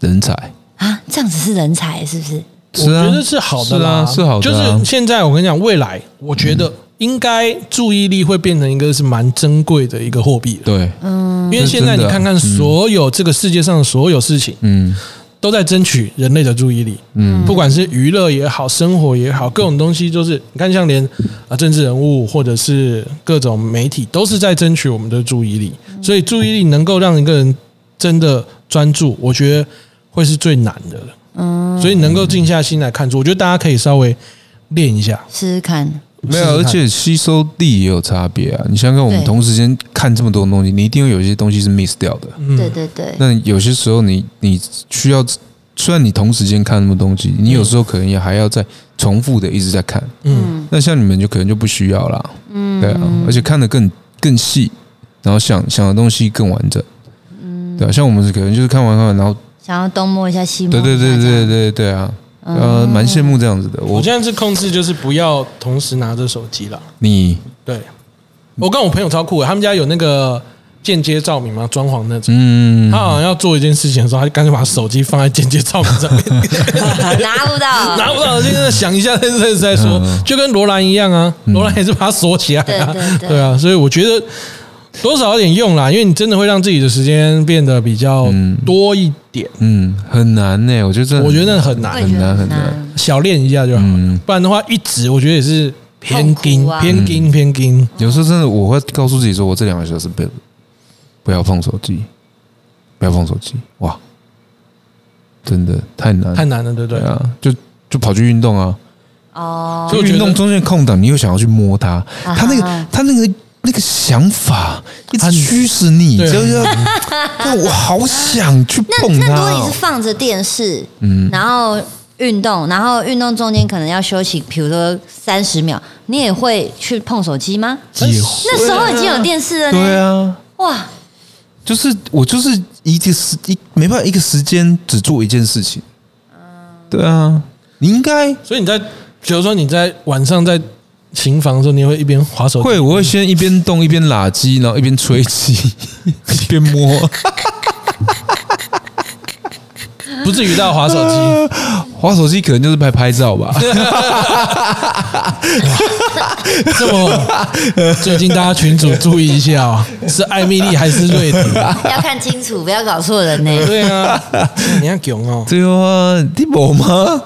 [SPEAKER 3] 人才
[SPEAKER 2] 啊，这样子是人才是不是？
[SPEAKER 1] 我
[SPEAKER 3] 是啊，
[SPEAKER 1] 觉得是好的
[SPEAKER 3] 是
[SPEAKER 1] 啦，
[SPEAKER 3] 啊，是好的啊，嗯
[SPEAKER 1] 就是现在我跟你讲，未来我觉得应该注意力会变成一个是蛮珍贵的一个货币了。
[SPEAKER 3] 对，
[SPEAKER 2] 嗯
[SPEAKER 1] 因为现在你
[SPEAKER 3] 啊
[SPEAKER 1] 看看所有这个世界上的所有事情，
[SPEAKER 3] 嗯，
[SPEAKER 1] 都在争取人类的注意力。嗯，不管是娱乐也好，生活也好，各种东西，就是你看，像连啊政治人物或者是各种媒体，都是在争取我们的注意力。所以注意力能够让一个人真的专注，我觉得会是最难的了。嗯，所以能够静下心来看书，我觉得大家可以稍微练一下。
[SPEAKER 2] 试试看。
[SPEAKER 3] 没有，啊
[SPEAKER 1] 试
[SPEAKER 3] 而
[SPEAKER 1] 试看
[SPEAKER 3] 且吸收力也有差别啊。你想想看，我们
[SPEAKER 2] 对
[SPEAKER 3] 同时间看这么多东西，你一定会有一些东西是 miss 掉的。
[SPEAKER 1] 嗯
[SPEAKER 2] 对对对，
[SPEAKER 3] 那有些时候你你需要，虽然你同时间看那么多东西，你有时候可能也还要再重复的一直在看。
[SPEAKER 1] 嗯，
[SPEAKER 3] 那像你们就可能就不需要啦，嗯，对啊，而且看得更更细，然后想想的东西更完整，嗯，对啊，像我们是可能就是看完看完，然后
[SPEAKER 2] 想要东摸一下西摸
[SPEAKER 3] 对
[SPEAKER 2] 嗯一下这
[SPEAKER 3] 对
[SPEAKER 2] 样，
[SPEAKER 3] 对对对对啊，呃，蛮羡慕这样子的。
[SPEAKER 1] 我
[SPEAKER 3] 我
[SPEAKER 1] 现在是控制，就是不要同时拿着手机了。
[SPEAKER 3] 你
[SPEAKER 1] 对，我跟我朋友超酷的，他们家有那个间接照明嘛，装潢那种。
[SPEAKER 3] 嗯
[SPEAKER 1] 他，好像要做一件事情的时候，他就干脆把手机放在间接照明上面，
[SPEAKER 2] 拿不到。
[SPEAKER 1] 拿不到就在那想一下，再再再说，
[SPEAKER 3] 嗯
[SPEAKER 1] 就跟罗兰一样啊，罗兰也是把它锁起来啊
[SPEAKER 2] 嗯对对，对
[SPEAKER 1] 对啊，所以我觉得多少有点用啦，因为你真的会让自己的时间变得比较多一点，
[SPEAKER 3] 嗯，很难呢、我觉得这
[SPEAKER 1] 我觉得很难
[SPEAKER 2] 我，也觉得
[SPEAKER 3] 很难很
[SPEAKER 2] 很
[SPEAKER 3] 难
[SPEAKER 2] 难。
[SPEAKER 1] 小练一下就好，
[SPEAKER 3] 嗯
[SPEAKER 1] 不然的话一直我觉得也是偏
[SPEAKER 2] 痛
[SPEAKER 1] 金
[SPEAKER 2] 苦啊
[SPEAKER 1] 偏
[SPEAKER 3] 嗯
[SPEAKER 1] 金偏金，
[SPEAKER 3] 有时候真的我会告诉自己说，我这两个小时不要不要碰手机，不要碰手机，哇，真的太难，
[SPEAKER 1] 太难了，对不对
[SPEAKER 3] 对？啊，就就跑去运动啊，
[SPEAKER 2] 哦，
[SPEAKER 1] 所以我觉
[SPEAKER 3] 运
[SPEAKER 1] 得
[SPEAKER 3] 动中间空档，你又想要去摸它，
[SPEAKER 2] 啊哈
[SPEAKER 3] 它那个它那个那个想法，一直
[SPEAKER 1] 很
[SPEAKER 3] 驱使你，
[SPEAKER 1] 对
[SPEAKER 3] 就是要，就我好想去
[SPEAKER 2] 那
[SPEAKER 3] 碰
[SPEAKER 2] 那
[SPEAKER 3] 它
[SPEAKER 2] 如果你
[SPEAKER 3] 哦
[SPEAKER 2] 是。放着电视，嗯，然后运动，然后运动中间可能要休息，比如说三十秒，你也会去碰手机吗？
[SPEAKER 3] 也会
[SPEAKER 2] 那时候已经有电视了呢。
[SPEAKER 3] 对啊，
[SPEAKER 2] 哇，
[SPEAKER 3] 就是我就是一个时一没办法一个时间只做一件事情。
[SPEAKER 1] 嗯
[SPEAKER 3] 对啊，你应该
[SPEAKER 1] 所以你在，比如说你在晚上在行房的时候，你会一边划手机，
[SPEAKER 3] 会，我会先一边动一边拉机，然后一边吹气， 一边摸。
[SPEAKER 1] 不至于到划手机。
[SPEAKER 3] 滑手机可能就是拍拍照吧。
[SPEAKER 1] 这么， 最近大家群主注意一下 哦，是艾米丽还是瑞迪？
[SPEAKER 2] 要看清楚，不要搞错人 呢。
[SPEAKER 1] 对啊，你要囧哦。
[SPEAKER 3] 对啊，你某吗？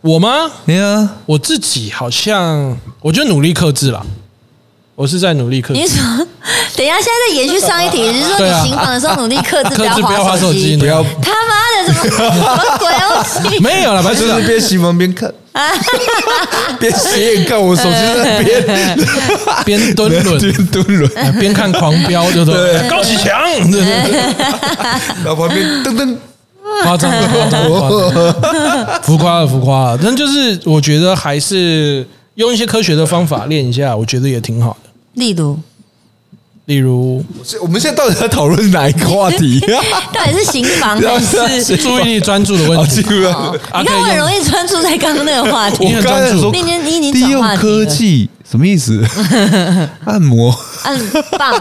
[SPEAKER 1] 我吗？
[SPEAKER 3] 对啊，
[SPEAKER 1] 我自己好像，我就努力克制啦。我是在努力克制
[SPEAKER 2] 你。说，等一下，现在在延续上一题，你是说
[SPEAKER 1] 对
[SPEAKER 2] 你
[SPEAKER 1] 啊
[SPEAKER 2] 行房的时候努力克制，
[SPEAKER 1] 克制不要
[SPEAKER 2] 划
[SPEAKER 1] 划手机，
[SPEAKER 2] 机？
[SPEAKER 1] 不要
[SPEAKER 2] 他妈的，什么什么鬼啊 东西？
[SPEAKER 1] 没有了，白痴啊！
[SPEAKER 3] 边洗门边 看，边斜眼看我手机在边
[SPEAKER 1] 边蹲轮，
[SPEAKER 3] 边蹲轮，
[SPEAKER 1] 呃边看狂飙，就说高启强，对对对
[SPEAKER 3] 然后旁边噔 噔，
[SPEAKER 1] 夸张了夸张了夸张了，浮夸了浮夸了。但就是我觉得还是用一些科学的方法练一下，我觉得也挺好的。
[SPEAKER 2] 例如，
[SPEAKER 1] 例如
[SPEAKER 3] 我们现在到底在讨论哪一个话 题？
[SPEAKER 2] 到底是行房还是？
[SPEAKER 1] 注意力专注的问
[SPEAKER 3] 好
[SPEAKER 1] 题
[SPEAKER 3] 奇，怪
[SPEAKER 2] 哦
[SPEAKER 1] 啊
[SPEAKER 2] 你看我
[SPEAKER 1] 可以
[SPEAKER 2] 很
[SPEAKER 1] 用
[SPEAKER 2] 容易专注在刚刚那个话题。
[SPEAKER 1] 你很专注
[SPEAKER 3] 我刚才说
[SPEAKER 2] 那天你已经
[SPEAKER 3] 利
[SPEAKER 2] 转
[SPEAKER 3] 用
[SPEAKER 2] 话题
[SPEAKER 3] 科
[SPEAKER 2] 了，
[SPEAKER 3] 技什么 意思？按摩
[SPEAKER 2] 嗯， 棒，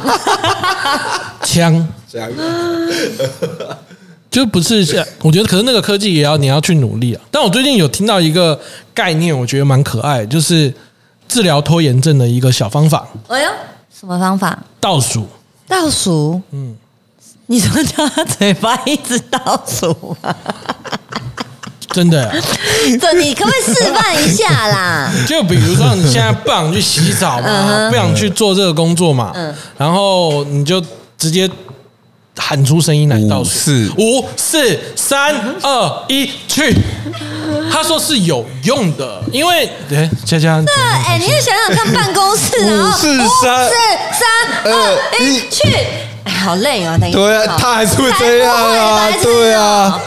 [SPEAKER 1] 枪就不是像我觉得，可是那个科技也要你要去努力啊。但我最近有听到一个概念，我觉得蛮可爱，就是治疗拖延症的一个小方法
[SPEAKER 2] 哎呦，什么方法？
[SPEAKER 1] ——倒数。
[SPEAKER 2] 倒数，嗯，你说他嘴巴一直倒数吗？
[SPEAKER 1] 真的啊、
[SPEAKER 2] 这你可不可以示范一下啦？
[SPEAKER 1] 就比如说你现在不想去洗澡嘛，不想去做这个工作嘛，然后你就直接喊出声音来倒
[SPEAKER 3] 五
[SPEAKER 1] 数，
[SPEAKER 3] 四
[SPEAKER 1] 五四三二一，去。他说是有用的，因为哎，佳佳，
[SPEAKER 2] 哎，你也想想看，办公室然后
[SPEAKER 3] 五四三
[SPEAKER 2] 五四三二一，去。哎，好累哦，等一下。
[SPEAKER 3] 对啊，他还是会这样啊
[SPEAKER 2] 才不会白，痴哦
[SPEAKER 3] 对啊，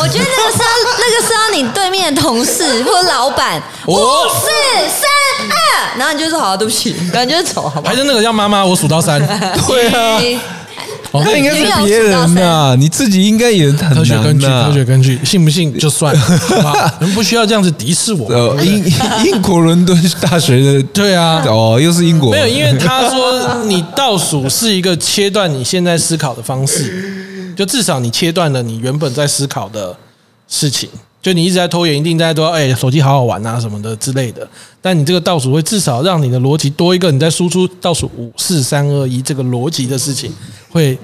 [SPEAKER 2] 我觉得那个是要，那个是要你对面的同事或老板，
[SPEAKER 1] 我
[SPEAKER 2] 五四三二，然后你就说好、对不起，然后你就走，好吧？
[SPEAKER 1] 还是那个叫妈妈，我数到三。
[SPEAKER 3] 对啊，
[SPEAKER 1] 哦
[SPEAKER 3] 那应该是别人呐，你自己应该也很
[SPEAKER 1] 科学根
[SPEAKER 3] 难
[SPEAKER 1] 据，科学
[SPEAKER 3] 呐。
[SPEAKER 1] 根据，信不信就 算了，好吧？你们不需要这样子敌视我。
[SPEAKER 3] 呃，英 英国伦敦大学的
[SPEAKER 1] 对啊，
[SPEAKER 3] 哦，又是英国，
[SPEAKER 1] 没有，因为他说你倒数是一个切断你现在思考的方式，就至少你切断了你原本在思考的事情。就你一直在拖延，一定在说，哎、手机好好玩啊什么的之类的。但你这个倒数会至少让你的逻辑多一个，你在输出倒数五四三二一这个逻辑的事情，会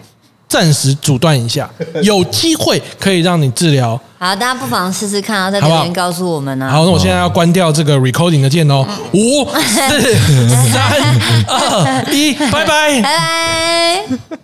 [SPEAKER 1] 暂时阻断一下，有机会可以让你治疗。
[SPEAKER 2] 好，大家不妨试试看，然后在
[SPEAKER 1] 好
[SPEAKER 2] 留
[SPEAKER 1] 不好
[SPEAKER 2] 言告诉我们啊。
[SPEAKER 1] 好，那我现在要关掉这个 recording 的键哦，五四三二一，拜拜。
[SPEAKER 2] 拜拜。